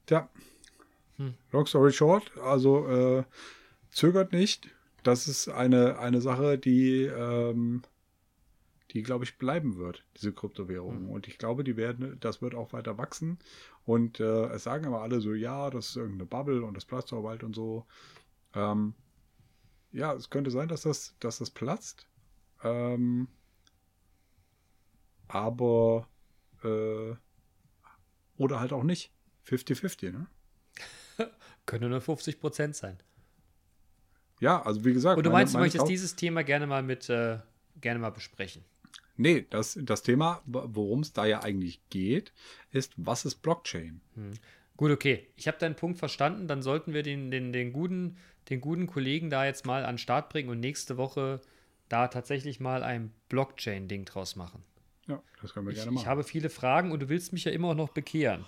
Speaker 2: Tja.
Speaker 3: Hm.
Speaker 2: Long story short, also äh, zögert nicht. Das ist eine, eine Sache, die, ähm, die glaube ich, bleiben wird, diese Kryptowährungen.
Speaker 3: Hm.
Speaker 2: Und ich glaube, die werden, das wird auch weiter wachsen. Und äh, es sagen aber alle so, ja, das ist irgendeine Bubble und das platzt auch bald und so. Ähm, ja, es könnte sein, dass das, dass das platzt. Ähm, aber äh, oder halt auch nicht. 50-50, ne?
Speaker 3: Könnte nur 50 Prozent sein.
Speaker 2: Ja, also wie gesagt.
Speaker 3: Und du meinst, du möchtest
Speaker 2: Kau-
Speaker 3: dieses Thema gerne mal mit, äh, gerne mal besprechen.
Speaker 2: Nee, das, das Thema, worum es da ja eigentlich geht, ist, was ist Blockchain?
Speaker 3: Gut, okay. Ich habe deinen Punkt verstanden. Dann sollten wir den, den, den, guten, den guten Kollegen da jetzt mal an den Start bringen und nächste Woche da tatsächlich mal ein Blockchain-Ding draus machen.
Speaker 2: Ja, das können wir
Speaker 3: Ich,
Speaker 2: gerne machen.
Speaker 3: ich habe viele Fragen und du willst mich ja immer auch noch bekehren.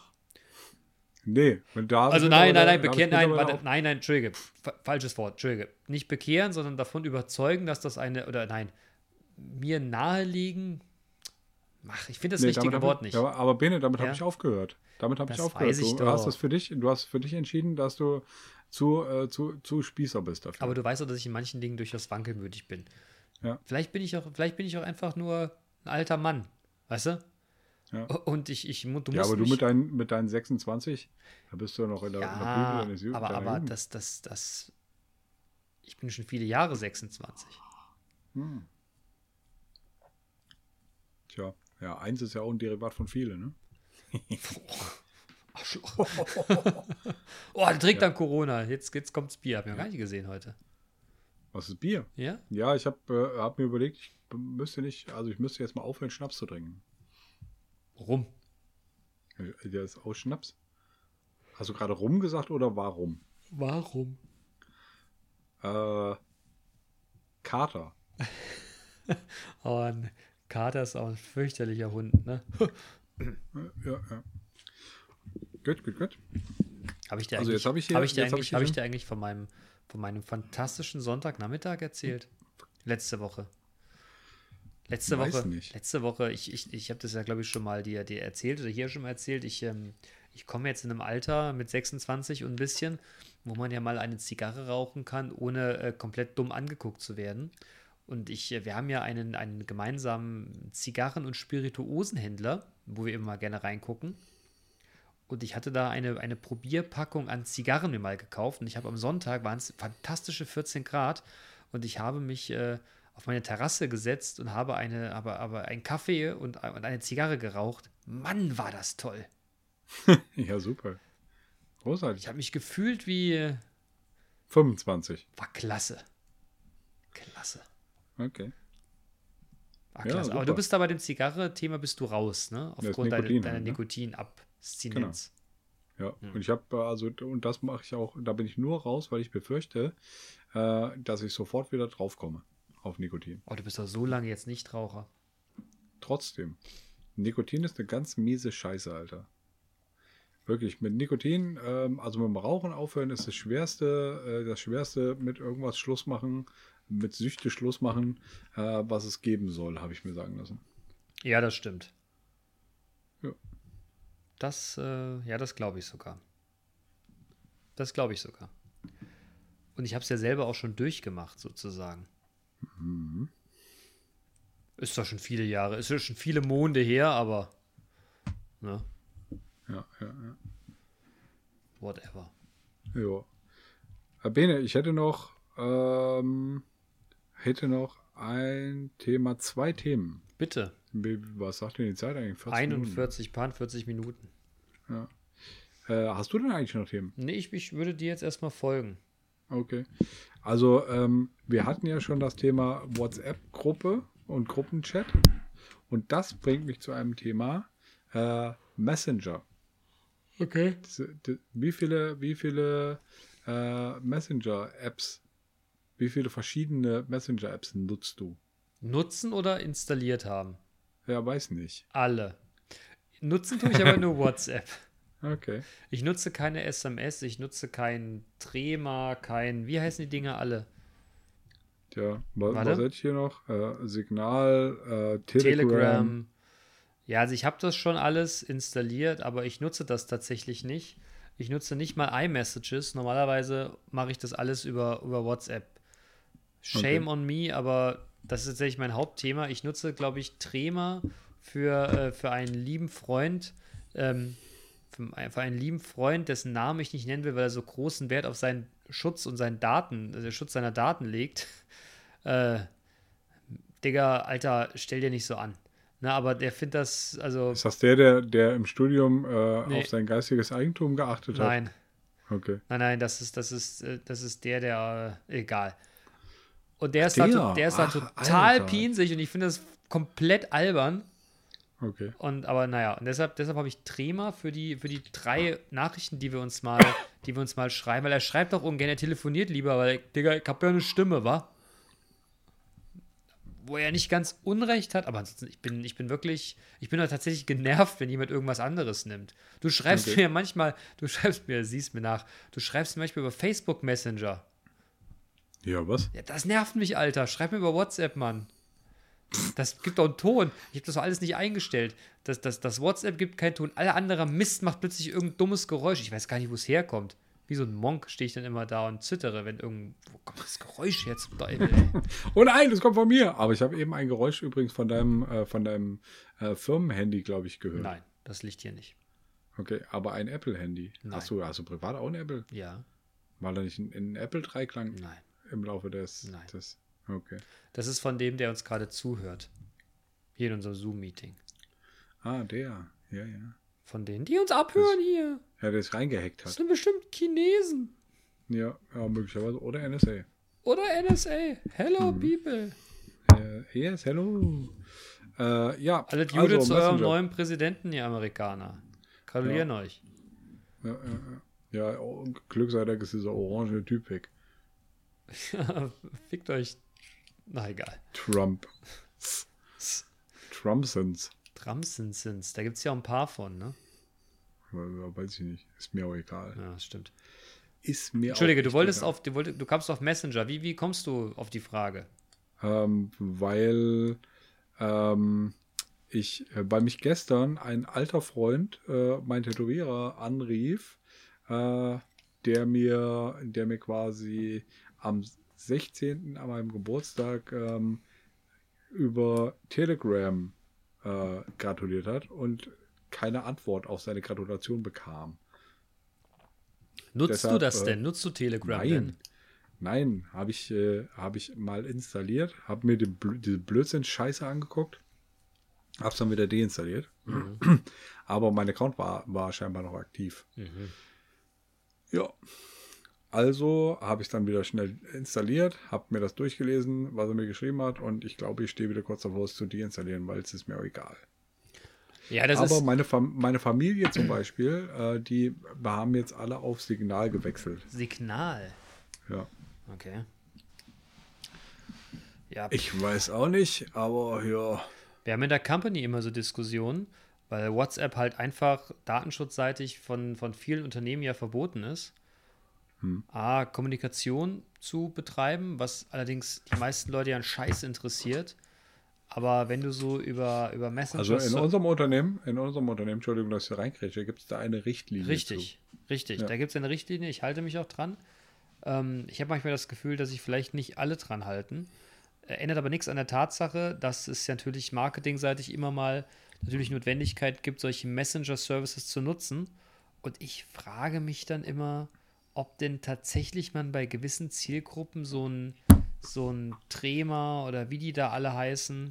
Speaker 2: nee, wenn da
Speaker 3: Also
Speaker 2: sind wir
Speaker 3: nein, nein,
Speaker 2: da-
Speaker 3: nein,
Speaker 2: da hab ich
Speaker 3: bekehren, nein,
Speaker 2: mittlerweile
Speaker 3: warte, nein, nein, Entschuldige, fa- falsches Wort, Entschuldige. Nicht bekehren, sondern davon überzeugen, dass das eine, oder nein, mir nahelegen, ach, ich finde das
Speaker 2: Nee,
Speaker 3: richtige
Speaker 2: damit
Speaker 3: Wort
Speaker 2: hab ich,
Speaker 3: nicht.
Speaker 2: Aber, aber Bene, damit
Speaker 3: Ja.
Speaker 2: habe ich aufgehört. Damit habe ich
Speaker 3: Das
Speaker 2: aufgehört.
Speaker 3: weiß ich
Speaker 2: du
Speaker 3: doch.
Speaker 2: hast das für dich, du hast für dich entschieden, dass du zu, äh, zu, zu Spießer bist dafür.
Speaker 3: Aber du weißt doch, dass ich in manchen Dingen durchaus wankelmütig bin.
Speaker 2: Ja.
Speaker 3: Vielleicht bin ich auch, vielleicht bin ich auch einfach nur ein alter Mann, weißt du?
Speaker 2: Ja.
Speaker 3: Und ich, ich, mu- du
Speaker 2: ja,
Speaker 3: musst
Speaker 2: aber du
Speaker 3: mich,
Speaker 2: mit deinen, mit deinen 26, da bist du noch in der, in der Blüte
Speaker 3: ja,
Speaker 2: deines Ju-
Speaker 3: aber,
Speaker 2: deiner
Speaker 3: aber
Speaker 2: Jugend.
Speaker 3: das, das, das, ich bin schon viele Jahre 26.
Speaker 2: Hm. Tja, ja, eins ist ja auch ein Derivat von vielen, ne?
Speaker 3: Arschloch. oh, der trinkt dann Corona. Jetzt, jetzt kommt's Bier. Hab ich noch gar nicht gesehen heute.
Speaker 2: Was ist Bier?
Speaker 3: Ja?
Speaker 2: Ja, ich habe äh, hab mir überlegt, ich müsste nicht, also ich müsste jetzt mal aufhören, Schnaps zu trinken.
Speaker 3: Rum.
Speaker 2: Äh, Der ist auch Schnaps. Hast du gerade rum gesagt oder warum?
Speaker 3: Warum?
Speaker 2: Äh, Kater.
Speaker 3: Oh, ein Kater ist auch ein fürchterlicher Hund, ne?
Speaker 2: Ja, ja. Gut, gut, gut.
Speaker 3: Habe ich dir
Speaker 2: Also
Speaker 3: eigentlich,
Speaker 2: jetzt hab ich hier-
Speaker 3: hab ich dir
Speaker 2: jetzt hab
Speaker 3: eigentlich,
Speaker 2: ich
Speaker 3: hab ich
Speaker 2: hier-
Speaker 3: dir eigentlich von meinem, von meinem fantastischen Sonntagnachmittag erzählt? Letzte Woche. Letzte
Speaker 2: Weiß
Speaker 3: Woche,
Speaker 2: nicht.
Speaker 3: letzte Woche, ich, ich, ich habe das ja, glaube ich, schon mal dir, dir erzählt oder hier schon mal erzählt. Ich, ähm, ich komme jetzt in einem Alter mit 26 und ein bisschen, wo man ja mal eine Zigarre rauchen kann, ohne äh, komplett dumm angeguckt zu werden. Und ich, äh, wir haben ja einen, einen gemeinsamen Zigarren- und Spirituosenhändler, wo wir immer mal gerne reingucken. Und ich hatte da eine, eine Probierpackung an Zigarren mir mal gekauft. Und ich habe am Sonntag, waren es fantastische 14 Grad. Und ich habe mich äh, auf meine Terrasse gesetzt und habe eine, aber, aber einen Kaffee und, und eine Zigarre geraucht. Mann, war das toll.
Speaker 2: ja, super.
Speaker 3: Ich
Speaker 2: Großartig.
Speaker 3: habe mich gefühlt wie.
Speaker 2: 25.
Speaker 3: War klasse. Klasse.
Speaker 2: Okay.
Speaker 3: War
Speaker 2: Ja,
Speaker 3: klasse. Aber
Speaker 2: super.
Speaker 3: du bist da bei dem Zigarre-Thema bist du raus, ne?
Speaker 2: ist
Speaker 3: Aufgrund deiner,
Speaker 2: Nikotin
Speaker 3: deiner
Speaker 2: halt, ne? Genau.
Speaker 3: Nikotinabstinenz.
Speaker 2: Ja, und ich habe also, und das mache ich auch, da bin ich nur raus, weil ich befürchte, äh, dass ich sofort wieder draufkomme auf Nikotin.
Speaker 3: Oh, du bist doch so lange jetzt nicht Raucher.
Speaker 2: Trotzdem, Nikotin ist eine ganz miese Scheiße, Alter. Wirklich, mit Nikotin, ähm, also mit dem Rauchen aufhören ist das Schwerste, äh, das Schwerste mit irgendwas Schluss machen, mit Süchte Schluss machen, äh, was es geben soll, habe ich mir sagen lassen.
Speaker 3: Ja, das stimmt.
Speaker 2: Ja.
Speaker 3: Das, äh, ja, das glaube ich sogar. Das glaube ich sogar. Und ich habe es ja selber auch schon durchgemacht, sozusagen.
Speaker 2: Mhm.
Speaker 3: Ist doch schon viele Jahre, ist ja schon viele Monde her, aber ne,
Speaker 2: Ja, ja, ja.
Speaker 3: whatever.
Speaker 2: Ja. Herr Äh, Bene, ich hätte noch, ähm, hätte noch ein Thema, zwei Themen.
Speaker 3: Bitte,
Speaker 2: Wie- Was sagt denn die Zeit eigentlich? 40
Speaker 3: 41, paar 40 Minuten.
Speaker 2: Minuten. Äh, hast du denn eigentlich noch Themen?
Speaker 3: Nee, ich, ich würde dir jetzt erstmal folgen.
Speaker 2: Okay. Also, ähm, wir hatten ja schon das Thema WhatsApp-Gruppe und Gruppenchat. Und das bringt mich zu einem Thema äh, Messenger.
Speaker 3: Okay.
Speaker 2: Diese- die- Wie viele, wie viele äh, Messenger-Apps, wie viele verschiedene Messenger-Apps nutzt du?
Speaker 3: Nutzen oder installiert haben?
Speaker 2: Ja, weiß nicht.
Speaker 3: Alle. Nutzen tue ich aber nur WhatsApp.
Speaker 2: Okay.
Speaker 3: Ich nutze keine SMS, ich nutze kein Trema, kein, wie heißen die Dinger alle?
Speaker 2: Ja, wa-
Speaker 3: Warte.
Speaker 2: was hätte ich hier noch? Äh, Signal, äh, Telegram.
Speaker 3: Telegram. Ja, also ich habe das schon alles installiert, aber ich nutze das tatsächlich nicht. Ich nutze nicht mal iMessages. Normalerweise mache ich das alles über, über WhatsApp. Shame on me, aber das ist tatsächlich mein Hauptthema. Ich nutze, glaube ich, Trema für, äh, für einen lieben Freund, ähm, für, für einen lieben Freund, dessen Namen ich nicht nennen will, weil er so großen Wert auf seinen Schutz und seinen Daten, also den Schutz seiner Daten legt. Äh, Digga, Alter, stell dir nicht so an. Na, aber der findet das, also,
Speaker 2: Ist das der, der, der im Studium äh,
Speaker 3: Nee.
Speaker 2: auf sein geistiges Eigentum geachtet
Speaker 3: nein.
Speaker 2: hat? Okay.
Speaker 3: Nein, nein, das ist, das ist, äh, das ist der, der, äh, egal. Und der ist,
Speaker 2: der.
Speaker 3: da, to- der ist da
Speaker 2: Ach,
Speaker 3: total
Speaker 2: Alter.
Speaker 3: pinsig und ich finde das komplett albern.
Speaker 2: Okay.
Speaker 3: Und aber naja, und deshalb, deshalb habe ich Trema für die, für die drei Nachrichten, die wir uns mal, die wir uns mal schreiben, weil er schreibt doch ungern, er telefoniert lieber, weil, Digga, ich habe ja eine Stimme, wa? Wo er nicht ganz Unrecht hat, aber ansonsten, ich bin, ich bin wirklich, ich bin doch tatsächlich genervt, wenn jemand irgendwas anderes nimmt. Du schreibst
Speaker 2: Okay.
Speaker 3: mir manchmal, du schreibst mir, siehst mir nach, du schreibst mir manchmal über Facebook Messenger.
Speaker 2: Ja, was?
Speaker 3: Ja, das nervt mich, Alter. Schreib mir über WhatsApp, Mann. Das gibt doch einen Ton. Ich habe das doch alles nicht eingestellt. Das, das, das WhatsApp gibt keinen Ton. Alle anderer Mist macht plötzlich irgendein dummes Geräusch. Ich weiß gar nicht, wo es herkommt. Wie so ein Monk stehe ich dann immer da und zittere, wenn irgend. Wo kommt das Geräusch her zum Teufel?
Speaker 2: Oh nein, das kommt von mir. Aber ich habe eben ein Geräusch übrigens von deinem, äh, von deinem äh, Firmenhandy, glaube ich, gehört.
Speaker 3: Nein, das liegt hier nicht.
Speaker 2: Okay, aber ein Apple-Handy.
Speaker 3: Nein.
Speaker 2: Achso, hast du privat auch ein Apple?
Speaker 3: Ja,
Speaker 2: War da nicht ein, ein Apple-Dreiklang
Speaker 3: nein.
Speaker 2: im Laufe des,
Speaker 3: Nein.
Speaker 2: des. Okay.
Speaker 3: Das ist von dem, der uns gerade zuhört. Hier in unserem Zoom-Meeting.
Speaker 2: Ah, der. Ja, ja.
Speaker 3: Von denen, die uns abhören hier.
Speaker 2: Ja, der es reingehackt
Speaker 3: Das
Speaker 2: hat.
Speaker 3: sind bestimmt Chinesen.
Speaker 2: Ja, ja, möglicherweise. Oder NSA.
Speaker 3: Oder NSA. Hello, people.
Speaker 2: Äh, yes, hello. Äh, ja,
Speaker 3: Alle Jude zu eurem
Speaker 2: Messenger.
Speaker 3: neuen Präsidenten, ihr Amerikaner. Gratulieren euch.
Speaker 2: Ja, ja, ja. ja, oh, Glück sei Dank ist dieser orange Typ weg.
Speaker 3: Fickt euch. Na egal.
Speaker 2: Trump. Trumpsons.
Speaker 3: Tramsinsins. Da gibt es ja auch ein paar von, ne?
Speaker 2: Weiß ich nicht. Ist mir auch egal.
Speaker 3: Ja, das stimmt.
Speaker 2: Ist mir
Speaker 3: Entschuldige,
Speaker 2: auch
Speaker 3: du
Speaker 2: echt
Speaker 3: wolltest
Speaker 2: egal.
Speaker 3: auf, du, wolltest, du kamst auf Messenger. Wie, wie kommst du auf die Frage?
Speaker 2: Ähm, weil ähm, ich, äh, bei mich gestern ein alter Freund, äh, mein Tätowierer, anrief, äh, der mir, der mir quasi am 16. an meinem Geburtstag ähm, über Telegram äh, gratuliert hat und keine Antwort auf seine Gratulation bekam.
Speaker 3: Nutzt du
Speaker 2: Deshalb,
Speaker 3: das
Speaker 2: äh,
Speaker 3: denn? Nutzt du Telegram
Speaker 2: Nein.
Speaker 3: denn?
Speaker 2: Nein, habe ich, äh, hab ich mal installiert, habe mir die, Bl diese Blödsinn-Scheiße angeguckt, habe es dann wieder deinstalliert. Aber mein Account war, war scheinbar noch aktiv.
Speaker 3: Mhm.
Speaker 2: Ja. Also habe ich dann wieder schnell installiert, habe mir das durchgelesen, was er mir geschrieben hat und ich glaube, ich stehe wieder kurz davor, es zu deinstallieren, weil es ist mir auch egal.
Speaker 3: Ja, das
Speaker 2: Aber
Speaker 3: ist.
Speaker 2: meine, Fam meine Familie zum Beispiel, äh, die haben jetzt alle auf Signal gewechselt.
Speaker 3: Signal.
Speaker 2: Ja.
Speaker 3: Okay. Ja,
Speaker 2: Ich weiß auch nicht, aber ja.
Speaker 3: wir haben in der Company immer so Diskussionen, weil WhatsApp halt einfach datenschutzseitig von, von vielen Unternehmen ja verboten ist.
Speaker 2: Hm.
Speaker 3: A, Kommunikation zu betreiben, was allerdings die meisten Leute ja einen Scheiß interessiert. Aber wenn du so über, über Messenger.
Speaker 2: Also in unserem Unternehmen, in unserem Unternehmen, Entschuldigung, dass ich reinkriege, gibt es da eine Richtlinie.
Speaker 3: Richtig, richtig.
Speaker 2: Ja.
Speaker 3: Da gibt es eine Richtlinie, ich halte mich auch dran. Ähm, ich habe manchmal das Gefühl, dass sich vielleicht nicht alle dran halten. Äh, Ändert aber nichts an der Tatsache, dass es natürlich marketingseitig immer mal natürlich Notwendigkeit gibt, solche Messenger-Services zu nutzen. Und ich frage mich dann immer, ob denn tatsächlich man bei gewissen Zielgruppen so ein, so ein Trema oder wie die da alle heißen,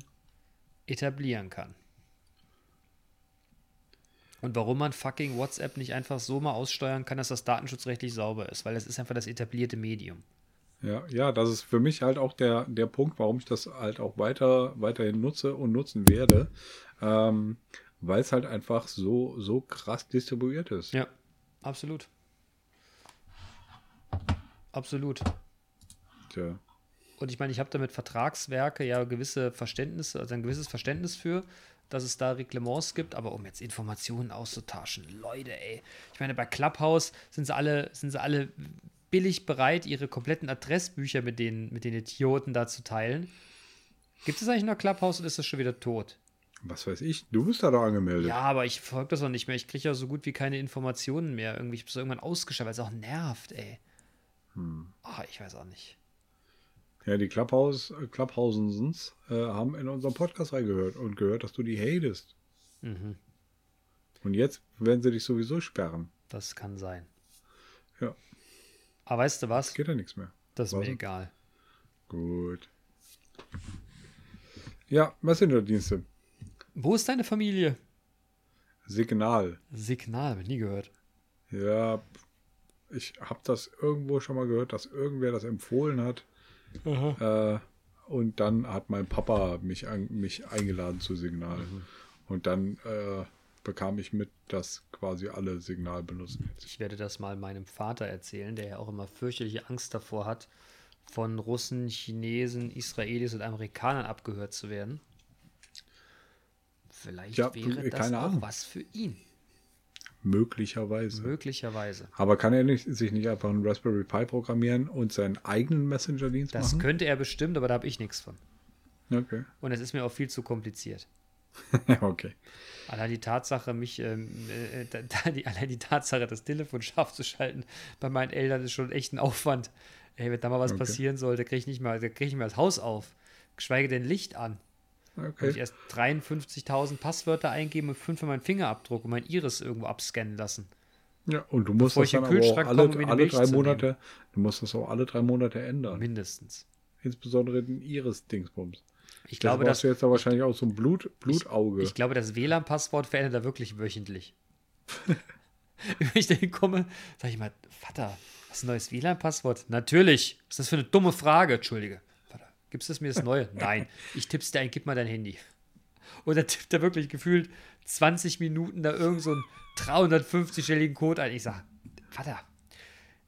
Speaker 3: etablieren kann. Und warum man fucking WhatsApp nicht einfach so mal aussteuern kann, dass das datenschutzrechtlich sauber ist, weil das ist einfach das etablierte Medium.
Speaker 2: Zu. Ja, ja, das ist für mich halt auch der, der Punkt, warum ich das halt auch weiter, weiterhin nutze und nutzen werde. Ähm, weil es halt einfach so, so krass distribuiert ist.
Speaker 3: Ja, absolut. Absolut.
Speaker 2: Tja.
Speaker 3: Und ich meine, ich habe damit Vertragswerke ja gewisse Verständnisse, also ein gewisses Verständnis für, dass es da Reglements gibt, aber um jetzt Informationen auszutauschen, Leute, ey. Ich meine, bei Clubhouse sind sie alle, sind sie alle billig bereit, ihre kompletten Adressbücher mit den, mit den Idioten da zu teilen. Gibt es eigentlich noch Clubhouse oder ist das schon wieder tot?
Speaker 2: Was weiß ich, du bist da doch angemeldet.
Speaker 3: Ja, aber ich verfolge das auch nicht mehr. Ich kriege ja so gut wie keine Informationen mehr. Irgendwie, ich habe irgendwann ausgeschaltet, weil es auch nervt, ey. Ach, ich weiß auch nicht.
Speaker 2: Hm. Ja, die Clubhouse, Clubhausensens äh, haben in unserem Podcast reingehört und gehört, dass du die hatest. Mhm. Und jetzt werden sie dich sowieso sperren.
Speaker 3: Das kann sein.
Speaker 2: Ja,
Speaker 3: Aber weißt du was?
Speaker 2: geht ja nichts mehr.
Speaker 3: Das ist mir
Speaker 2: Was?
Speaker 3: egal.
Speaker 2: Gut. Ja, Messenger-Dienste.
Speaker 3: Wo ist deine Familie?
Speaker 2: Signal.
Speaker 3: Signal, hab ich nie gehört.
Speaker 2: Ja, ich habe das irgendwo schon mal gehört, dass irgendwer das empfohlen hat. Äh, und dann hat mein Papa mich, an, mich eingeladen zu Signal. Und dann äh, bekam ich mit, dass quasi alle Signal benutzen.
Speaker 3: Ich werde das mal meinem Vater erzählen, der ja auch immer fürchterliche Angst davor hat, von Russen, Chinesen, Israelis und Amerikanern abgehört zu werden. Vielleicht
Speaker 2: Ja,
Speaker 3: wäre
Speaker 2: äh,
Speaker 3: das
Speaker 2: keine
Speaker 3: auch
Speaker 2: Ahnung.
Speaker 3: was für ihn.
Speaker 2: Möglicherweise.
Speaker 3: Möglicherweise.
Speaker 2: Aber kann er nicht, sich nicht einfach einen Raspberry Pi programmieren und seinen eigenen Messenger-Dienst
Speaker 3: Das
Speaker 2: machen?
Speaker 3: könnte er bestimmt, aber da habe ich nichts von.
Speaker 2: Okay.
Speaker 3: Und es ist mir auch viel zu kompliziert.
Speaker 2: okay.
Speaker 3: Allein die Tatsache, mich, ähm, äh, da, da, die, allein die Tatsache, das Telefon scharf zu schalten bei meinen Eltern ist schon echt ein Aufwand. Ey, wenn da mal was
Speaker 2: Okay.
Speaker 3: passieren sollte, kriege ich nicht mal, da kriege ich nicht mal das Haus auf. Geschweige denn Licht an. Muss ich
Speaker 2: okay.
Speaker 3: erst 53.000 Passwörter eingeben und fünfmal meinen Fingerabdruck und mein Iris irgendwo abscannen lassen.
Speaker 2: Ja, und du musst
Speaker 3: Bevor
Speaker 2: das
Speaker 3: ich in
Speaker 2: dann
Speaker 3: den
Speaker 2: aber auch
Speaker 3: Kühlschrank komme, um mir
Speaker 2: alle,
Speaker 3: eine
Speaker 2: alle
Speaker 3: Milch
Speaker 2: drei
Speaker 3: zu
Speaker 2: Monate, du musst das auch alle drei Monate ändern.
Speaker 3: Mindestens.
Speaker 2: Insbesondere den Iris-Dingsbums. Deshalb
Speaker 3: Ich glaube,
Speaker 2: hast
Speaker 3: das,
Speaker 2: du jetzt da wahrscheinlich auch so ein Blut, Blutauge.
Speaker 3: Ich glaube, das WLAN-Passwort verändert er wirklich wöchentlich. Wenn ich da hinkomme, sage ich mal, Vater, hast du ein neues WLAN-Passwort? Natürlich. Was ist das für eine dumme Frage? Entschuldige. Vater, gibst du es mir das neue? Nein. Ich tipp's dir ein, gib mal dein Handy. Und da tippt er wirklich gefühlt 20 Minuten da irgend so einen 350-stelligen Code ein. Ich sage, Vater,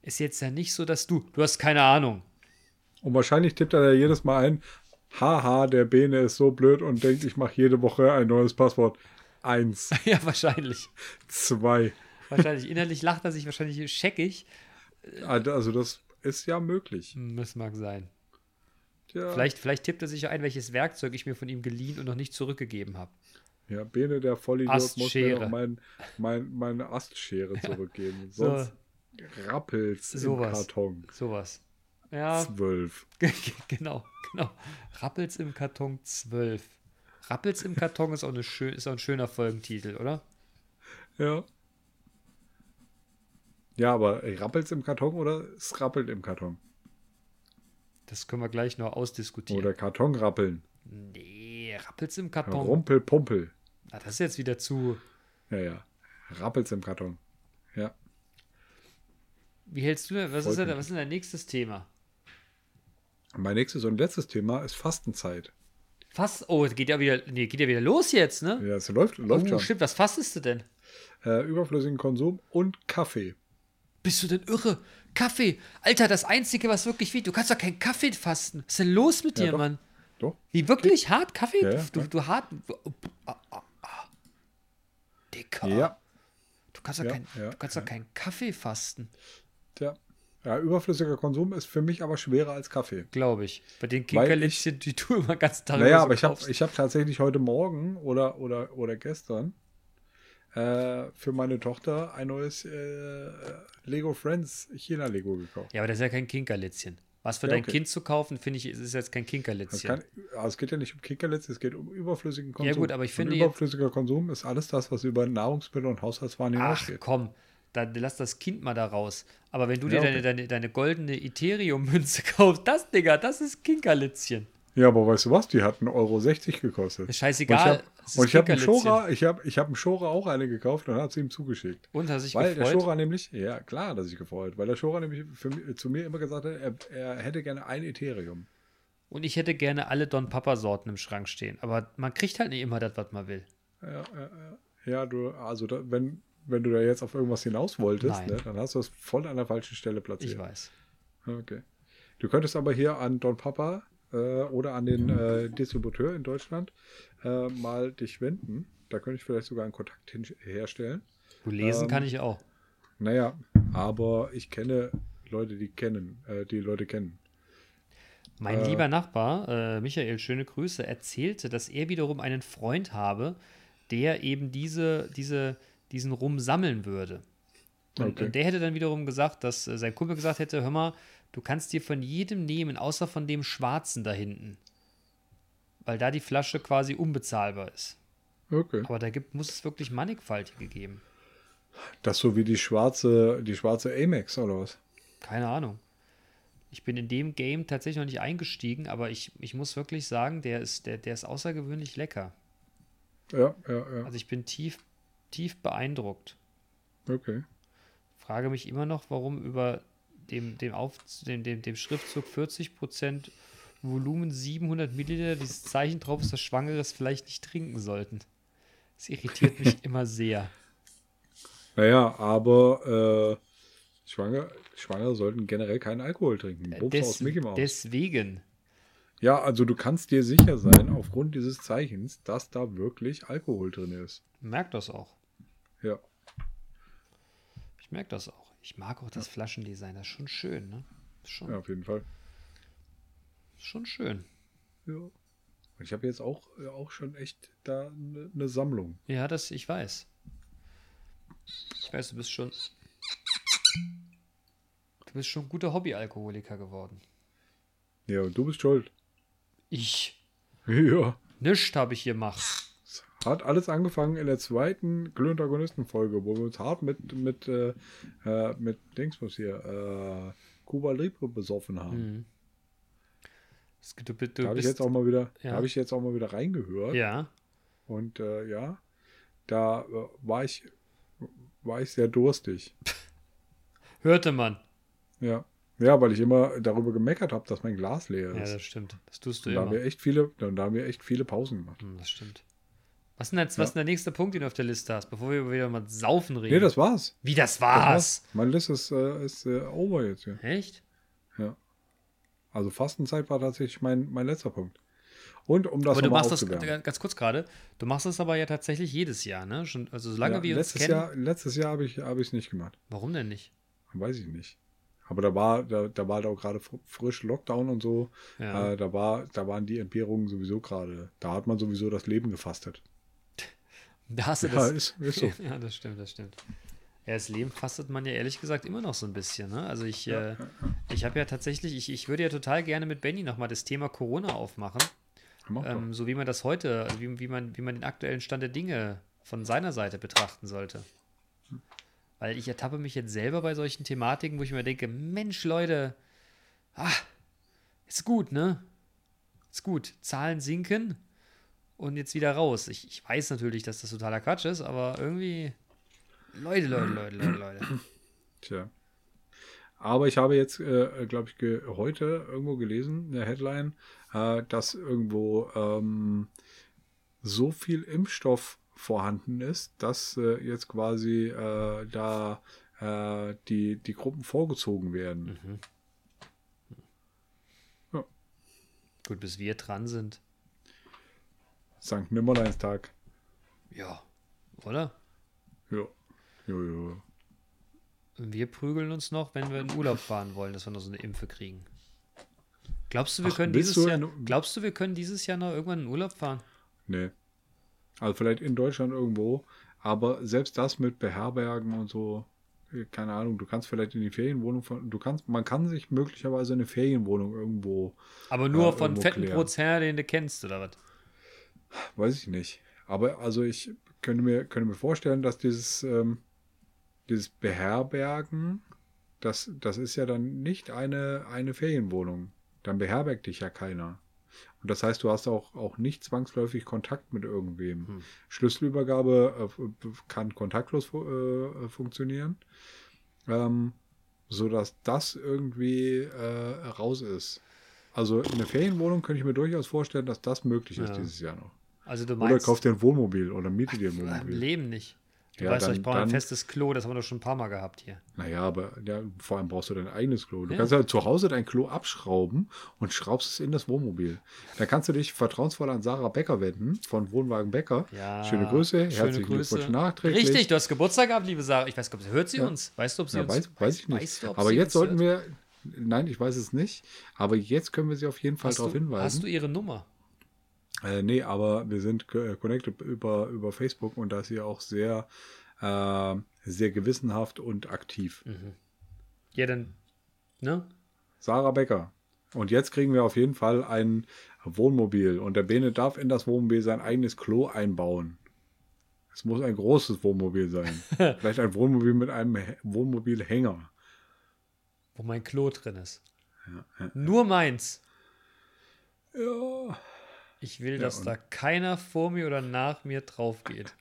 Speaker 3: ist jetzt ja nicht so, dass du, du hast keine Ahnung.
Speaker 2: und wahrscheinlich tippt er da jedes Mal ein, haha, der Bene ist so blöd und denkt, ich mache jede Woche ein neues Passwort. Eins,
Speaker 3: ja, wahrscheinlich.
Speaker 2: zwei.
Speaker 3: Wahrscheinlich. Innerlich lacht er sich wahrscheinlich scheckig.
Speaker 2: Also das ist ja möglich.
Speaker 3: Hm, Das mag sein.
Speaker 2: Tja.
Speaker 3: Vielleicht, vielleicht tippt er sich ja ein, welches Werkzeug ich mir von ihm geliehen und noch nicht zurückgegeben habe.
Speaker 2: Ja, Bene, der Vollidiot, muss mir
Speaker 3: Astschere.
Speaker 2: noch mein, mein, meine Astschere zurückgeben.
Speaker 3: so.
Speaker 2: Sonst rappelt's im
Speaker 3: Sowas.
Speaker 2: Karton.
Speaker 3: Sowas. Ja,
Speaker 2: Zwölf.
Speaker 3: ge- ge- genau, genau. Rappels im Karton 12. Rappels im Karton ist auch, eine schön, ist auch ein schöner Folgentitel, oder?
Speaker 2: Ja. Ja, aber rappelt's im Karton oder es rappelt im Karton?
Speaker 3: Das können wir gleich noch ausdiskutieren.
Speaker 2: Oder Karton rappeln.
Speaker 3: Nee, rappelt's im Karton.
Speaker 2: Rumpelpumpel.
Speaker 3: Ah, das ist jetzt wieder zu.
Speaker 2: Ja, ja. Rappelt's im Karton. Ja.
Speaker 3: Wie hältst du denn, was,
Speaker 2: Freut
Speaker 3: ist denn,
Speaker 2: mich.
Speaker 3: was ist denn dein nächstes Thema?
Speaker 2: Mein nächstes und letztes Thema ist Fastenzeit.
Speaker 3: Fast, oh, es geht ja wieder, nee, geht ja wieder los jetzt, ne?
Speaker 2: Ja, es läuft, läuft
Speaker 3: oh,
Speaker 2: schon.
Speaker 3: stimmt, was fastest du denn?
Speaker 2: Äh, überflüssigen Konsum und Kaffee.
Speaker 3: Bist du denn irre? Kaffee. Alter, das Einzige, was wirklich fehlt. Du kannst doch keinen Kaffee fasten. Was ist denn los mit
Speaker 2: Ja,
Speaker 3: dir,
Speaker 2: doch.
Speaker 3: Mann?
Speaker 2: Doch.
Speaker 3: Wie wirklich? Hart Kaffee?
Speaker 2: Ja, ja,
Speaker 3: du,
Speaker 2: ja.
Speaker 3: du hart. Du, ah, ah, ah. Dicker.
Speaker 2: Ja,
Speaker 3: Du kannst doch
Speaker 2: Ja,
Speaker 3: keinen
Speaker 2: ja,
Speaker 3: du kannst doch keinen Kaffee fasten,
Speaker 2: tja. Ja, überflüssiger Konsum ist für mich aber schwerer als Kaffee.
Speaker 3: glaube ich. Bei den
Speaker 2: Weil ich-
Speaker 3: Kinkerlitzchen, die du immer ganz darüber
Speaker 2: Naja,
Speaker 3: so
Speaker 2: aber ich habe
Speaker 3: kaufst.
Speaker 2: ich hab tatsächlich heute Morgen oder, oder, oder gestern äh, für meine Tochter ein neues äh, Lego Friends China Lego gekauft.
Speaker 3: Ja, aber das ist ja kein Kinkerlitzchen. Was für
Speaker 2: Ja,
Speaker 3: dein
Speaker 2: okay.
Speaker 3: Kind zu kaufen, finde ich, ist ist jetzt kein
Speaker 2: Es,
Speaker 3: Kinkerlitzchen.
Speaker 2: kann, aber es geht ja nicht um Kickerlitz, es geht um überflüssigen Konsum.
Speaker 3: gut, aber ich finde
Speaker 2: Und
Speaker 3: jetzt-
Speaker 2: überflüssiger Konsum ist alles das, was über Nahrungsmittel und Haushaltswaren
Speaker 3: Ach
Speaker 2: hinausgeht.
Speaker 3: komm, dann lass das Kind mal da raus. Aber wenn du dir
Speaker 2: Ja,
Speaker 3: deine,
Speaker 2: okay.
Speaker 3: deine, deine goldene Ethereum-Münze kaufst, das, Digga, das ist Kinkerlitzchen.
Speaker 2: Ja, aber weißt du was? Die hat 1,60 Euro gekostet.
Speaker 3: Ist scheißegal, es ist
Speaker 2: Und ich habe hab einen
Speaker 3: Kinkerlitzchen.
Speaker 2: Schora, ich habe ich hab einen Schora auch eine gekauft und hat sie ihm zugeschickt.
Speaker 3: Und hast dich
Speaker 2: Weil der
Speaker 3: gefreut?
Speaker 2: Schora nämlich, ja klar, dass ich gefreut, weil der Schora nämlich für, mi- äh, zu mir immer gesagt hat, er, er hätte gerne ein Ethereum.
Speaker 3: Und ich hätte gerne alle Don Papa-Sorten im Schrank stehen. Aber man kriegt halt nicht immer das, was man will.
Speaker 2: Ja, ja, ja. ja du, also da, wenn, wenn du da jetzt auf irgendwas hinaus wolltest,
Speaker 3: Nein.
Speaker 2: ne, dann hast du das voll an der falschen Stelle
Speaker 3: Ich
Speaker 2: platziert. Ah,
Speaker 3: weiß.
Speaker 2: Okay. Du könntest aber hier an Don Papa äh, oder an
Speaker 3: Mhm.
Speaker 2: den äh, Distributeur in Deutschland äh, mal dich wenden. Da könnte ich vielleicht sogar einen Kontakt hin, herstellen.
Speaker 3: Du lesen
Speaker 2: Ähm,
Speaker 3: kann ich auch.
Speaker 2: Naja, aber ich kenne Leute, die kennen, äh, die Leute kennen.
Speaker 3: Mein
Speaker 2: äh,
Speaker 3: lieber Nachbar, äh, Michael, schöne Grüße, erzählte, dass er wiederum einen Freund habe, der eben diese, diese, diesen Rum sammeln würde. Und,
Speaker 2: Okay.
Speaker 3: und der hätte dann wiederum gesagt, dass äh, sein Kumpel gesagt hätte, hör mal, du kannst dir von jedem nehmen, außer von dem Schwarzen da hinten. Weil da die Flasche quasi unbezahlbar ist.
Speaker 2: Okay.
Speaker 3: Aber da gibt, muss es wirklich mannigfaltige geben.
Speaker 2: Das so wie die schwarze, die schwarze Amex oder was?
Speaker 3: Keine Ahnung. Ich bin in dem Game tatsächlich noch nicht eingestiegen, aber ich, ich muss wirklich sagen, der ist, der, der ist außergewöhnlich lecker.
Speaker 2: Ja, ja, ja.
Speaker 3: Also ich bin tief, tief beeindruckt.
Speaker 2: Okay.
Speaker 3: Frage mich immer noch, warum über dem, dem, Auf, dem, dem, dem Schriftzug 40% Volumen 700 Milliliter dieses Zeichen drauf ist, dass Schwangere es vielleicht nicht trinken sollten. Das irritiert mich immer sehr.
Speaker 2: Naja, aber äh, Schwanger, Schwangere sollten generell keinen Alkohol trinken. Bums
Speaker 3: Des-
Speaker 2: aus Mickey Mouse.
Speaker 3: deswegen.
Speaker 2: Ja, also du kannst dir sicher sein, aufgrund dieses Zeichens, dass da wirklich Alkohol drin ist.
Speaker 3: Merkt das auch.
Speaker 2: Ja.
Speaker 3: Ich merke das auch. Ich mag auch das Flaschendesign. Das ist schon schön, ne? Ist Schon,
Speaker 2: Ja, auf jeden Fall.
Speaker 3: ist schon schön.
Speaker 2: Ja. Und ich habe jetzt auch, äh, auch schon echt da eine ne Sammlung.
Speaker 3: Ja, das, ich weiß. Ich weiß, du bist schon. Du bist schon ein guter Hobbyalkoholiker geworden.
Speaker 2: Ja, und du bist schuld.
Speaker 3: Ich.
Speaker 2: Ja.
Speaker 3: Nichts habe ich gemacht.
Speaker 2: Es hat alles angefangen in der zweiten Glühendagonisten-Folge, wo wir uns hart mit, mit, äh, äh, mit Dingsbus hier, äh, Cuba Libre besoffen haben.
Speaker 3: Mhm. Es gibt- Du, bist- du
Speaker 2: Da habe ich
Speaker 3: bist.
Speaker 2: jetzt auch mal wieder, da
Speaker 3: Ja.
Speaker 2: habe ich jetzt auch mal wieder reingehört.
Speaker 3: ja.
Speaker 2: Und äh, ja, da äh, war ich, war ich sehr durstig.
Speaker 3: Hörte man.
Speaker 2: Ja. Ja, weil ich immer darüber gemeckert habe, dass mein Glas leer
Speaker 3: Ja,
Speaker 2: ist.
Speaker 3: das stimmt. Das tust du
Speaker 2: und da haben
Speaker 3: immer.
Speaker 2: wir echt viele, da, da haben wir echt viele Pausen gemacht.
Speaker 3: Hm, das stimmt. Was ist denn, jetzt, was ist denn der nächste Punkt, den du auf der Liste hast, bevor wir wieder mal saufen reden?
Speaker 2: Nee, das war's.
Speaker 3: Wie das
Speaker 2: Das
Speaker 3: war's?
Speaker 2: Mein List ist, äh, ist äh, over jetzt hier.
Speaker 3: Echt?
Speaker 2: Also Fastenzeit war tatsächlich mein, mein letzter Punkt. Und um das
Speaker 3: aber du
Speaker 2: nochmal
Speaker 3: machst das
Speaker 2: aufzuwärmen.
Speaker 3: ga- ganz kurz gerade. Du machst das aber ja tatsächlich jedes Jahr, ne? Schon, also solange
Speaker 2: ja,
Speaker 3: wir uns
Speaker 2: letztes
Speaker 3: kennen.
Speaker 2: Jahr, letztes Jahr habe ich es nicht gemacht.
Speaker 3: Warum denn nicht?
Speaker 2: Weiß ich nicht. Aber da war, da, da war da auch gerade fr- frisch Lockdown und so.
Speaker 3: Ja.
Speaker 2: Äh, da, war, da waren die Entbehrungen sowieso gerade. Da hat man sowieso das Leben gefastet.
Speaker 3: Da hast du
Speaker 2: Ja,
Speaker 3: das.
Speaker 2: ist, ist so.
Speaker 3: ja, das stimmt, das stimmt. Ja, das Leben fastet man ja ehrlich gesagt immer noch so ein bisschen. Ne? Also ich, äh, ich habe ja tatsächlich, ich, ich würde ja total gerne mit Benny nochmal das Thema Corona aufmachen.
Speaker 2: Mach doch.
Speaker 3: Ähm, so wie man das heute, also wie, wie, man, wie man den aktuellen Stand der Dinge von seiner Seite betrachten sollte. Weil ich ertappe mich jetzt selber bei solchen Thematiken, wo ich mir denke, Mensch, Leute, ah, Ist gut, ne? Ist gut. Zahlen sinken und jetzt wieder raus. Ich, ich weiß natürlich, dass das totaler Quatsch ist, aber irgendwie. Leute, Leute, Leute, Leute, Leute.
Speaker 2: Tja. Aber ich habe jetzt, äh, glaube ich, ge heute irgendwo gelesen, eine Headline, äh, dass irgendwo ähm, so viel Impfstoff vorhanden ist, dass äh, jetzt quasi äh, da äh, die, die Gruppen vorgezogen
Speaker 3: Mhm.
Speaker 2: werden.
Speaker 3: Gut, bis wir dran sind.
Speaker 2: St. Nimmerleinstag.
Speaker 3: Ja. Oder?
Speaker 2: Ja. Jo, jo.
Speaker 3: Und wir prügeln uns noch, wenn wir in Urlaub fahren wollen, dass wir noch so eine Impfe kriegen. Glaubst du, wir
Speaker 2: Ach,
Speaker 3: können
Speaker 2: bist
Speaker 3: dieses
Speaker 2: du
Speaker 3: Jahr,
Speaker 2: in-
Speaker 3: glaubst du, wir können dieses Jahr noch irgendwann in Urlaub fahren?
Speaker 2: Nee. Also vielleicht in Deutschland irgendwo, aber selbst das mit Beherbergen und so, äh, keine Ahnung, du kannst vielleicht in die Ferienwohnung von, du kannst, man kann sich möglicherweise eine Ferienwohnung irgendwo,
Speaker 3: Aber nur
Speaker 2: Ja,
Speaker 3: von
Speaker 2: irgendwo
Speaker 3: fetten
Speaker 2: klären.
Speaker 3: Prozent, den du kennst, oder was?
Speaker 2: weiß ich nicht. Aber also ich könnte mir, könnte mir vorstellen, dass dieses, ähm, dieses Beherbergen, das, das ist ja dann nicht eine, eine Ferienwohnung. Dann beherbergt dich ja keiner. Und das heißt, du hast auch, auch nicht zwangsläufig Kontakt mit irgendwem.
Speaker 3: Hm.
Speaker 2: Schlüsselübergabe äh, f- f- kann kontaktlos fu- äh, äh, funktionieren, ähm, sodass das irgendwie äh, raus ist. Also eine Ferienwohnung könnte ich mir durchaus vorstellen, dass das möglich ist
Speaker 3: Ja.
Speaker 2: dieses Jahr noch.
Speaker 3: Also du
Speaker 2: Oder
Speaker 3: meinst
Speaker 2: kauf dir ein Wohnmobil oder miete dir ein
Speaker 3: im
Speaker 2: Wohnmobil.
Speaker 3: Leben nicht. Du
Speaker 2: Ja,
Speaker 3: weißt doch,
Speaker 2: dann-
Speaker 3: ich brauche ein
Speaker 2: dann-
Speaker 3: festes Klo, das haben wir doch schon ein paar Mal gehabt hier.
Speaker 2: Naja, aber ja, vor allem brauchst du dein eigenes Klo. Du
Speaker 3: Ja.
Speaker 2: kannst ja zu Hause dein Klo abschrauben und schraubst es in das Wohnmobil. Dann kannst du dich vertrauensvoll an Sarah Becker wenden von Wohnwagen Becker.
Speaker 3: Ja,
Speaker 2: Schöne Grüße,
Speaker 3: schöne
Speaker 2: herzlichen
Speaker 3: Grüße.
Speaker 2: Glückwunsch nachträglich.
Speaker 3: Richtig, du hast Geburtstag gehabt, liebe Sarah. Ich weiß gar nicht, hört sie
Speaker 2: Ja.
Speaker 3: uns? Weißt du, ob sie
Speaker 2: Ja,
Speaker 3: uns
Speaker 2: weiß, weiß ich nicht.
Speaker 3: Weißt du, äh, ob
Speaker 2: aber
Speaker 3: sie
Speaker 2: jetzt
Speaker 3: uns
Speaker 2: sollten
Speaker 3: hört?
Speaker 2: wir. Nein, ich weiß es nicht. Aber jetzt können wir sie auf jeden Fall
Speaker 3: hast
Speaker 2: darauf
Speaker 3: du, Hast
Speaker 2: hinweisen.
Speaker 3: du ihre Nummer?
Speaker 2: Äh, nee, aber wir sind äh, connected über, über Facebook und da ist sie auch sehr, äh, sehr gewissenhaft und aktiv.
Speaker 3: Mhm. Ja, dann, ne?
Speaker 2: Sarah Becker. Und jetzt kriegen wir auf jeden Fall ein Wohnmobil. Und der Bene darf in das Wohnmobil sein eigenes Klo einbauen. Es muss ein großes Wohnmobil sein. Vielleicht ein Wohnmobil mit einem Hä- Wohnmobilhänger.
Speaker 3: Wo mein Klo drin ist. Nur meins.
Speaker 2: Ja,
Speaker 3: Ich will,
Speaker 2: Ja,
Speaker 3: dass
Speaker 2: und-
Speaker 3: da keiner vor mir oder nach mir drauf geht.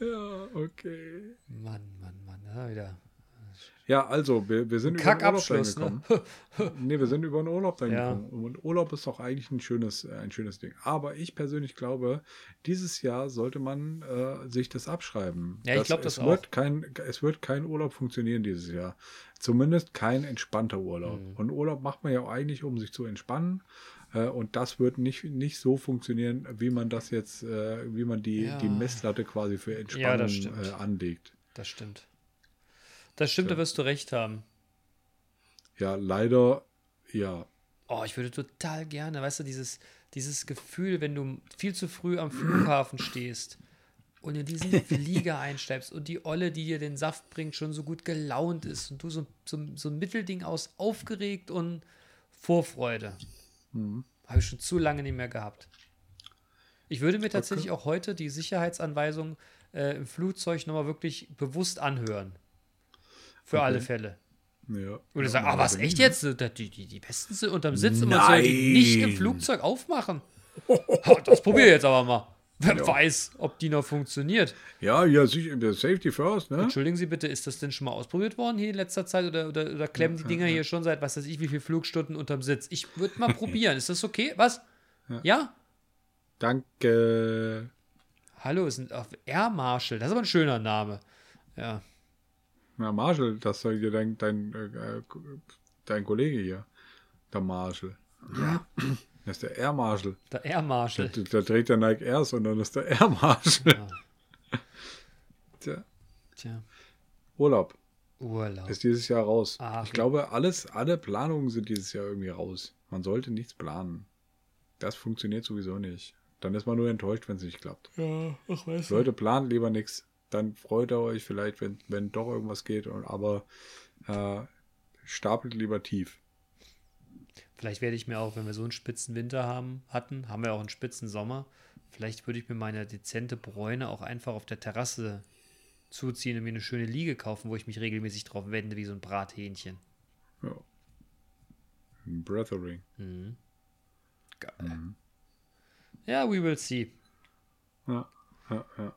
Speaker 2: ja, okay.
Speaker 3: Mann, Mann, Mann. Da wieder.
Speaker 2: Ja, also, wir, wir sind über den Urlaub dahin
Speaker 3: Kackabschluss,
Speaker 2: gekommen.
Speaker 3: ne?
Speaker 2: Nee, wir sind über den Urlaub dann
Speaker 3: Ja.
Speaker 2: gekommen. Und Urlaub ist doch eigentlich ein schönes, äh, ein schönes Ding. Aber ich persönlich glaube, dieses Jahr sollte man äh, sich das abschreiben.
Speaker 3: Ja, ich
Speaker 2: Dass
Speaker 3: glaub das
Speaker 2: es wird
Speaker 3: auch.
Speaker 2: Kein, es wird kein Urlaub funktionieren dieses Jahr. Zumindest kein entspannter Urlaub.
Speaker 3: Mhm.
Speaker 2: Und Urlaub macht man ja auch eigentlich, um sich zu entspannen. Äh, Und das wird nicht, nicht so funktionieren, wie man das jetzt, äh, wie man die,
Speaker 3: Ja.
Speaker 2: die Messlatte quasi für
Speaker 3: Ja,
Speaker 2: Entspannung
Speaker 3: das stimmt.
Speaker 2: äh, anlegt.
Speaker 3: Das stimmt. Das stimmt, da wirst du recht haben.
Speaker 2: Ja, leider, ja.
Speaker 3: Oh, ich würde total gerne, weißt du, dieses, dieses Gefühl, wenn du viel zu früh am Flughafen stehst und in diesen Flieger einsteigst und die Olle, die dir den Saft bringt, schon so gut gelaunt ist und du so, so, so ein Mittelding aus aufgeregt und Vorfreude. Habe ich schon zu lange nicht mehr gehabt. Ich würde mir tatsächlich auch heute die Sicherheitsanweisung äh, im Flugzeug nochmal wirklich bewusst anhören. Für alle Fälle.
Speaker 2: ja.
Speaker 3: Oder
Speaker 2: ja,
Speaker 3: sagen, ah,
Speaker 2: man
Speaker 3: was,
Speaker 2: weiß ja
Speaker 3: echt
Speaker 2: nie, ne?
Speaker 3: jetzt? Da- Die, die, die Besten sind unterm Sitz und man soll die nicht im
Speaker 2: Nein.
Speaker 3: Flugzeug aufmachen. Ha, das probiere ich jetzt aber mal. Wer weiß, ob die noch funktioniert.
Speaker 2: Ja, ja, sicher, Safety first, ne?
Speaker 3: Entschuldigen Sie bitte, ist das denn schon mal ausprobiert worden hier in letzter Zeit? Oder, oder, oder klemmen die Dinger hier schon seit, was weiß ich, wie viel Flugstunden unterm Sitz? Ich würde mal probieren. Ist das okay? Was? Ja?
Speaker 2: Danke.
Speaker 3: Hallo, ist ein ach, Air Marshal. Das ist aber ein schöner Name. Ja.
Speaker 2: Na, Marshall, das soll dir dein, dein, äh, dein Kollege hier. Der Marshall.
Speaker 3: ja.
Speaker 2: Das ist der Air Marshall.
Speaker 3: Der Air
Speaker 2: Da,
Speaker 3: Marshal.
Speaker 2: da trägt der Nike Airs und dann ist der Air Marshall. Tja,
Speaker 3: Tja.
Speaker 2: Urlaub
Speaker 3: Urlaub.
Speaker 2: ist dieses Jahr raus.
Speaker 3: Ah,
Speaker 2: ich glaube, alles, alle Planungen sind dieses Jahr irgendwie raus. Man sollte nichts planen. Das funktioniert sowieso nicht. Dann ist man nur enttäuscht, wenn es nicht klappt.
Speaker 3: Ja, ach, weißt
Speaker 2: Leute, plant lieber nichts. Dann freut ihr euch vielleicht, wenn, wenn doch irgendwas geht. Und, aber äh, stapelt lieber tief.
Speaker 3: Vielleicht werde ich mir auch, wenn wir so einen spitzen Winter haben, hatten, haben wir auch einen spitzen Sommer. Vielleicht würde ich mir meine dezente Bräune auch einfach auf der Terrasse zuziehen und mir eine schöne Liege kaufen, wo ich mich regelmäßig drauf wende, wie so ein Brathähnchen.
Speaker 2: Ja. Brethering.
Speaker 3: Mhm. Geil. Ja, we will see.
Speaker 2: Ja, ja, ja.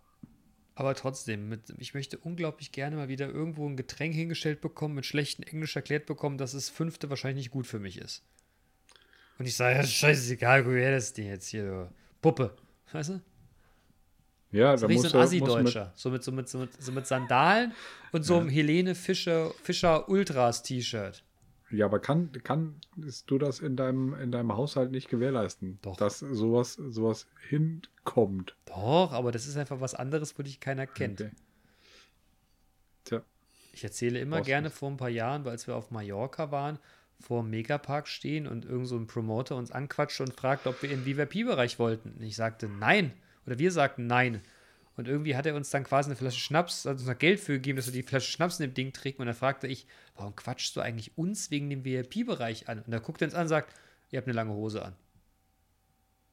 Speaker 3: Aber trotzdem, mit, ich möchte unglaublich gerne mal wieder irgendwo ein Getränk hingestellt bekommen, mit schlechtem Englisch erklärt bekommen, dass es fünfte wahrscheinlich nicht gut für mich ist. Und ich sage, ja, scheißegal, woher das denn jetzt hier? du Puppe. Weißt du?
Speaker 2: Ja,
Speaker 3: Da
Speaker 2: da
Speaker 3: riecht
Speaker 2: musst
Speaker 3: so
Speaker 2: du,
Speaker 3: ein
Speaker 2: musst du mit,
Speaker 3: Assi-Deutscher. So mit, so, mit, so, mit, so mit Sandalen und so einem Helene Fischer, Fischer Ultras T-Shirt.
Speaker 2: Ja, aber kann, kannst du das in deinem, in deinem Haushalt nicht gewährleisten,
Speaker 3: Doch.
Speaker 2: dass sowas, sowas hinkommt?
Speaker 3: Doch, aber das ist einfach was anderes, wo dich keiner kennt.
Speaker 2: Okay. Tja,
Speaker 3: Ich erzähle immer
Speaker 2: Brauchst
Speaker 3: gerne vor ein paar Jahren, weil als wir auf Mallorca waren, vor dem Megapark stehen und irgend so ein Promoter uns anquatscht und fragt, ob wir in VIP-Bereich wollten. Und ich sagte nein. Oder wir sagten nein. Und irgendwie hat er uns dann quasi eine Flasche Schnaps, hat uns noch Geld für gegeben, dass wir die Flasche Schnaps in dem Ding trinken. Und dann fragte ich, warum quatschst du eigentlich uns wegen dem VIP-Bereich an? Und da guckt er uns an und sagt, ihr habt eine lange Hose an.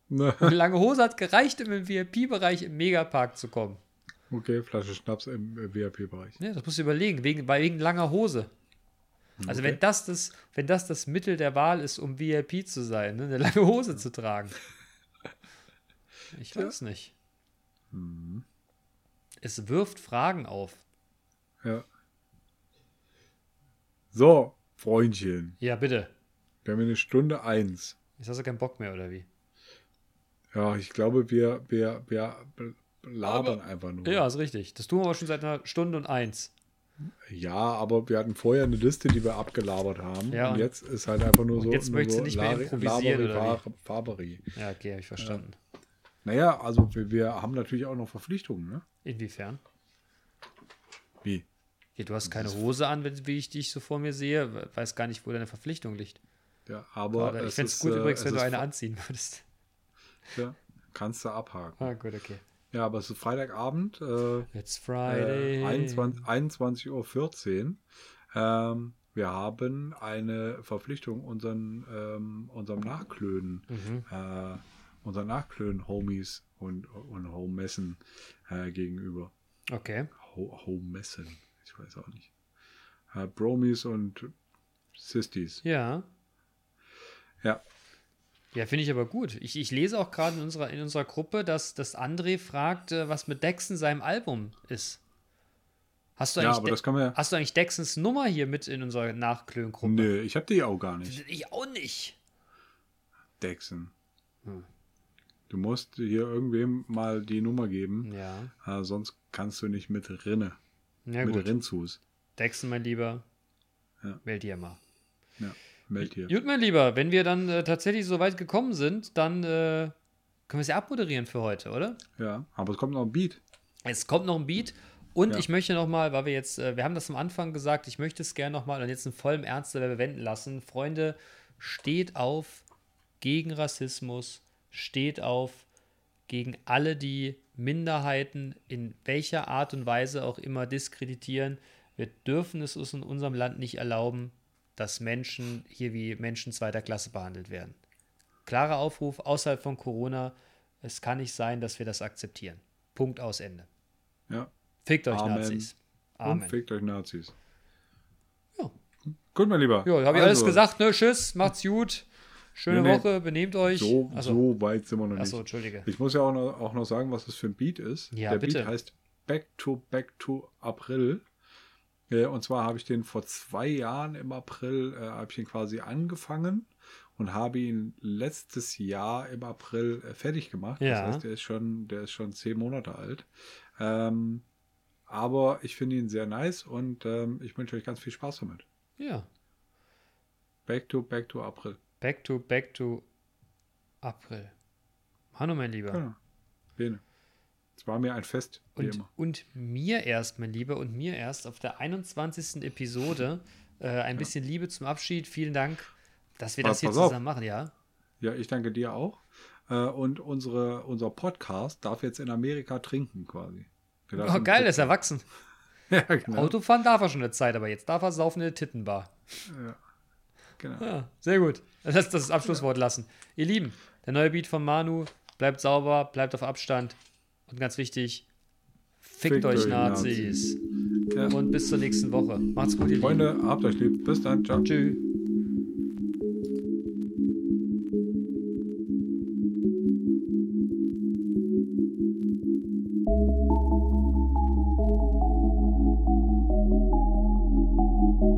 Speaker 2: Ne,
Speaker 3: Eine lange Hose hat gereicht, um im VIP-Bereich im Megapark zu kommen.
Speaker 2: okay, Flasche Schnaps im äh, VIP-Bereich.
Speaker 3: Ne, das musst du überlegen, wegen, weil wegen langer Hose. Also wenn das, das, wenn das das Mittel der Wahl ist, um VIP zu sein, ne, eine lange Hose zu tragen. Ich weiß nicht.
Speaker 2: Mhm.
Speaker 3: Es wirft Fragen auf.
Speaker 2: Ja. So, Freundchen,
Speaker 3: Ja, bitte.
Speaker 2: wir haben eine Stunde eins.
Speaker 3: Jetzt hast du keinen Bock mehr, oder wie?
Speaker 2: Ja, ich glaube, wir, wir, wir labern einfach nur.
Speaker 3: Ja, ist richtig. Das tun wir aber schon seit einer Stunde und eins.
Speaker 2: ja, aber wir hatten vorher eine Liste, die wir abgelabert haben.
Speaker 3: Ja,
Speaker 2: und
Speaker 3: und-
Speaker 2: jetzt ist halt einfach nur
Speaker 3: und
Speaker 2: so.
Speaker 3: jetzt
Speaker 2: nur
Speaker 3: möchtest
Speaker 2: so
Speaker 3: du nicht mehr
Speaker 2: Lari-
Speaker 3: improvisieren,
Speaker 2: Laberi-
Speaker 3: oder
Speaker 2: Far- Faberi.
Speaker 3: Ja, okay, habe ich verstanden.
Speaker 2: Naja, also wir, wir haben natürlich auch noch Verpflichtungen, ne?
Speaker 3: Inwiefern?
Speaker 2: Wie?
Speaker 3: Ja, du hast keine Hose an, wenn, wie ich dich so vor mir sehe. Weiß gar nicht, wo deine Verpflichtung liegt.
Speaker 2: Ja, aber
Speaker 3: Gerade. Ich
Speaker 2: es
Speaker 3: fände es
Speaker 2: ist,
Speaker 3: gut
Speaker 2: äh,
Speaker 3: übrigens,
Speaker 2: es
Speaker 3: wenn du
Speaker 2: ist
Speaker 3: eine
Speaker 2: Fre-
Speaker 3: anziehen würdest.
Speaker 2: ja, kannst du abhaken.
Speaker 3: Ah, gut, okay.
Speaker 2: Ja, aber es ist Freitagabend, äh,
Speaker 3: It's
Speaker 2: äh,
Speaker 3: Friday.
Speaker 2: 21 21.14 Uhr. Ähm, wir haben eine Verpflichtung unseren, ähm, unserem Nachklönen,
Speaker 3: Mhm,
Speaker 2: äh, unseren Nachklönen-Homies und, und Homemessen äh, gegenüber.
Speaker 3: Okay.
Speaker 2: Ho Homemessen, ich weiß auch nicht. Äh, Bromies und Sistis.
Speaker 3: Ja.
Speaker 2: Ja,
Speaker 3: Ja, finde ich aber gut. Ich, ich lese auch gerade in unserer, in unserer Gruppe, dass, dass André fragt, äh, was mit Dex in seinem Album ist. Hast du
Speaker 2: ja
Speaker 3: eigentlich,
Speaker 2: aber
Speaker 3: De-
Speaker 2: das kann man ja.
Speaker 3: hast du eigentlich Dexens Nummer hier mit in unserer Nachklöngruppe?
Speaker 2: Nö, ich hab die auch gar nicht.
Speaker 3: Ich auch nicht.
Speaker 2: Dexen. Hm. Du musst hier irgendwem mal die Nummer geben,
Speaker 3: Hm, Ja.
Speaker 2: äh, sonst kannst du nicht mit Rinne,
Speaker 3: Na
Speaker 2: mit
Speaker 3: gut.
Speaker 2: Rinzus.
Speaker 3: Dexen, mein Lieber.
Speaker 2: Ja.
Speaker 3: Meld dir mal.
Speaker 2: Ja, meld hier.
Speaker 3: Gut, mein Lieber, wenn wir dann äh, tatsächlich so weit gekommen sind, dann äh, können wir es ja abmoderieren für heute, oder?
Speaker 2: Ja, aber es kommt noch ein Beat.
Speaker 3: Es kommt noch ein Beat und
Speaker 2: Ja.
Speaker 3: ich möchte noch mal, weil wir jetzt, äh, wir haben das am Anfang gesagt, ich möchte es gerne noch mal und jetzt in vollem Ernst dabei bewenden lassen. Freunde, steht auf gegen Rassismus, steht auf gegen alle, die Minderheiten in welcher Art und Weise auch immer diskreditieren. Wir dürfen es uns in unserem Land nicht erlauben, dass Menschen hier wie Menschen zweiter Klasse behandelt werden. Klarer Aufruf außerhalb von Corona. Es kann nicht sein, dass wir das akzeptieren. Punkt aus Ende.
Speaker 2: Ja.
Speaker 3: Fickt euch,
Speaker 2: Amen.
Speaker 3: Nazis.
Speaker 2: Und
Speaker 3: Amen.
Speaker 2: fickt euch Nazis.
Speaker 3: Ja.
Speaker 2: Gut, mein Lieber.
Speaker 3: Ja, habe ich alles
Speaker 2: Also,
Speaker 3: gesagt, ne? Tschüss, macht's gut. Schöne
Speaker 2: Nee, nee.
Speaker 3: Woche, benehmt euch.
Speaker 2: So,
Speaker 3: Achso.
Speaker 2: so weit sind wir noch nicht.
Speaker 3: Achso, Entschuldige.
Speaker 2: Ich muss ja auch noch, auch noch sagen, was das für ein Beat ist.
Speaker 3: Ja,
Speaker 2: Der
Speaker 3: bitte.
Speaker 2: Beat heißt Back to Back to April. Äh, Und zwar habe ich den vor zwei Jahren im April, äh, habe ich ihn quasi angefangen und habe ihn letztes Jahr im April äh, fertig gemacht.
Speaker 3: Ja.
Speaker 2: Das heißt, der ist schon, der ist schon zehn Monate alt. Ähm, aber ich finde ihn sehr nice und ähm, ich wünsche euch ganz viel Spaß damit.
Speaker 3: Ja.
Speaker 2: Back to Back to April.
Speaker 3: Back to, back to April. Hanno, mein Lieber.
Speaker 2: Genau. Bene. Es war mir ein Fest, wie
Speaker 3: Und,
Speaker 2: immer.
Speaker 3: und mir erst, mein Lieber, und mir erst auf der 21. Episode äh, ein bisschen Liebe zum Abschied. Vielen Dank, dass wir
Speaker 2: Pass-
Speaker 3: das hier
Speaker 2: pass auf.
Speaker 3: zusammen machen, ja?
Speaker 2: Ja, ich danke dir auch. Äh, Und unsere, unser Podcast darf jetzt in Amerika trinken, quasi. Wir
Speaker 3: Oh,
Speaker 2: dürfen-
Speaker 3: geil, der ist erwachsen.
Speaker 2: ja, genau.
Speaker 3: Autofahren darf er schon eine Zeit, aber jetzt darf er saufen in der Tittenbar.
Speaker 2: genau.
Speaker 3: Ja, Ah, sehr gut. Lass das Abschlusswort lassen. Ihr Lieben, der neue Beat von Manu. Bleibt sauber, bleibt auf Abstand. Und ganz wichtig, fickt,
Speaker 2: Fickt
Speaker 3: euch
Speaker 2: euch,
Speaker 3: Nazis.
Speaker 2: Ja.
Speaker 3: Und bis zur nächsten Woche. Macht's gut, ihr Lieben.
Speaker 2: Freunde, habt euch lieb. Bis dann. Ciao.
Speaker 3: Tschüss.
Speaker 4: Musik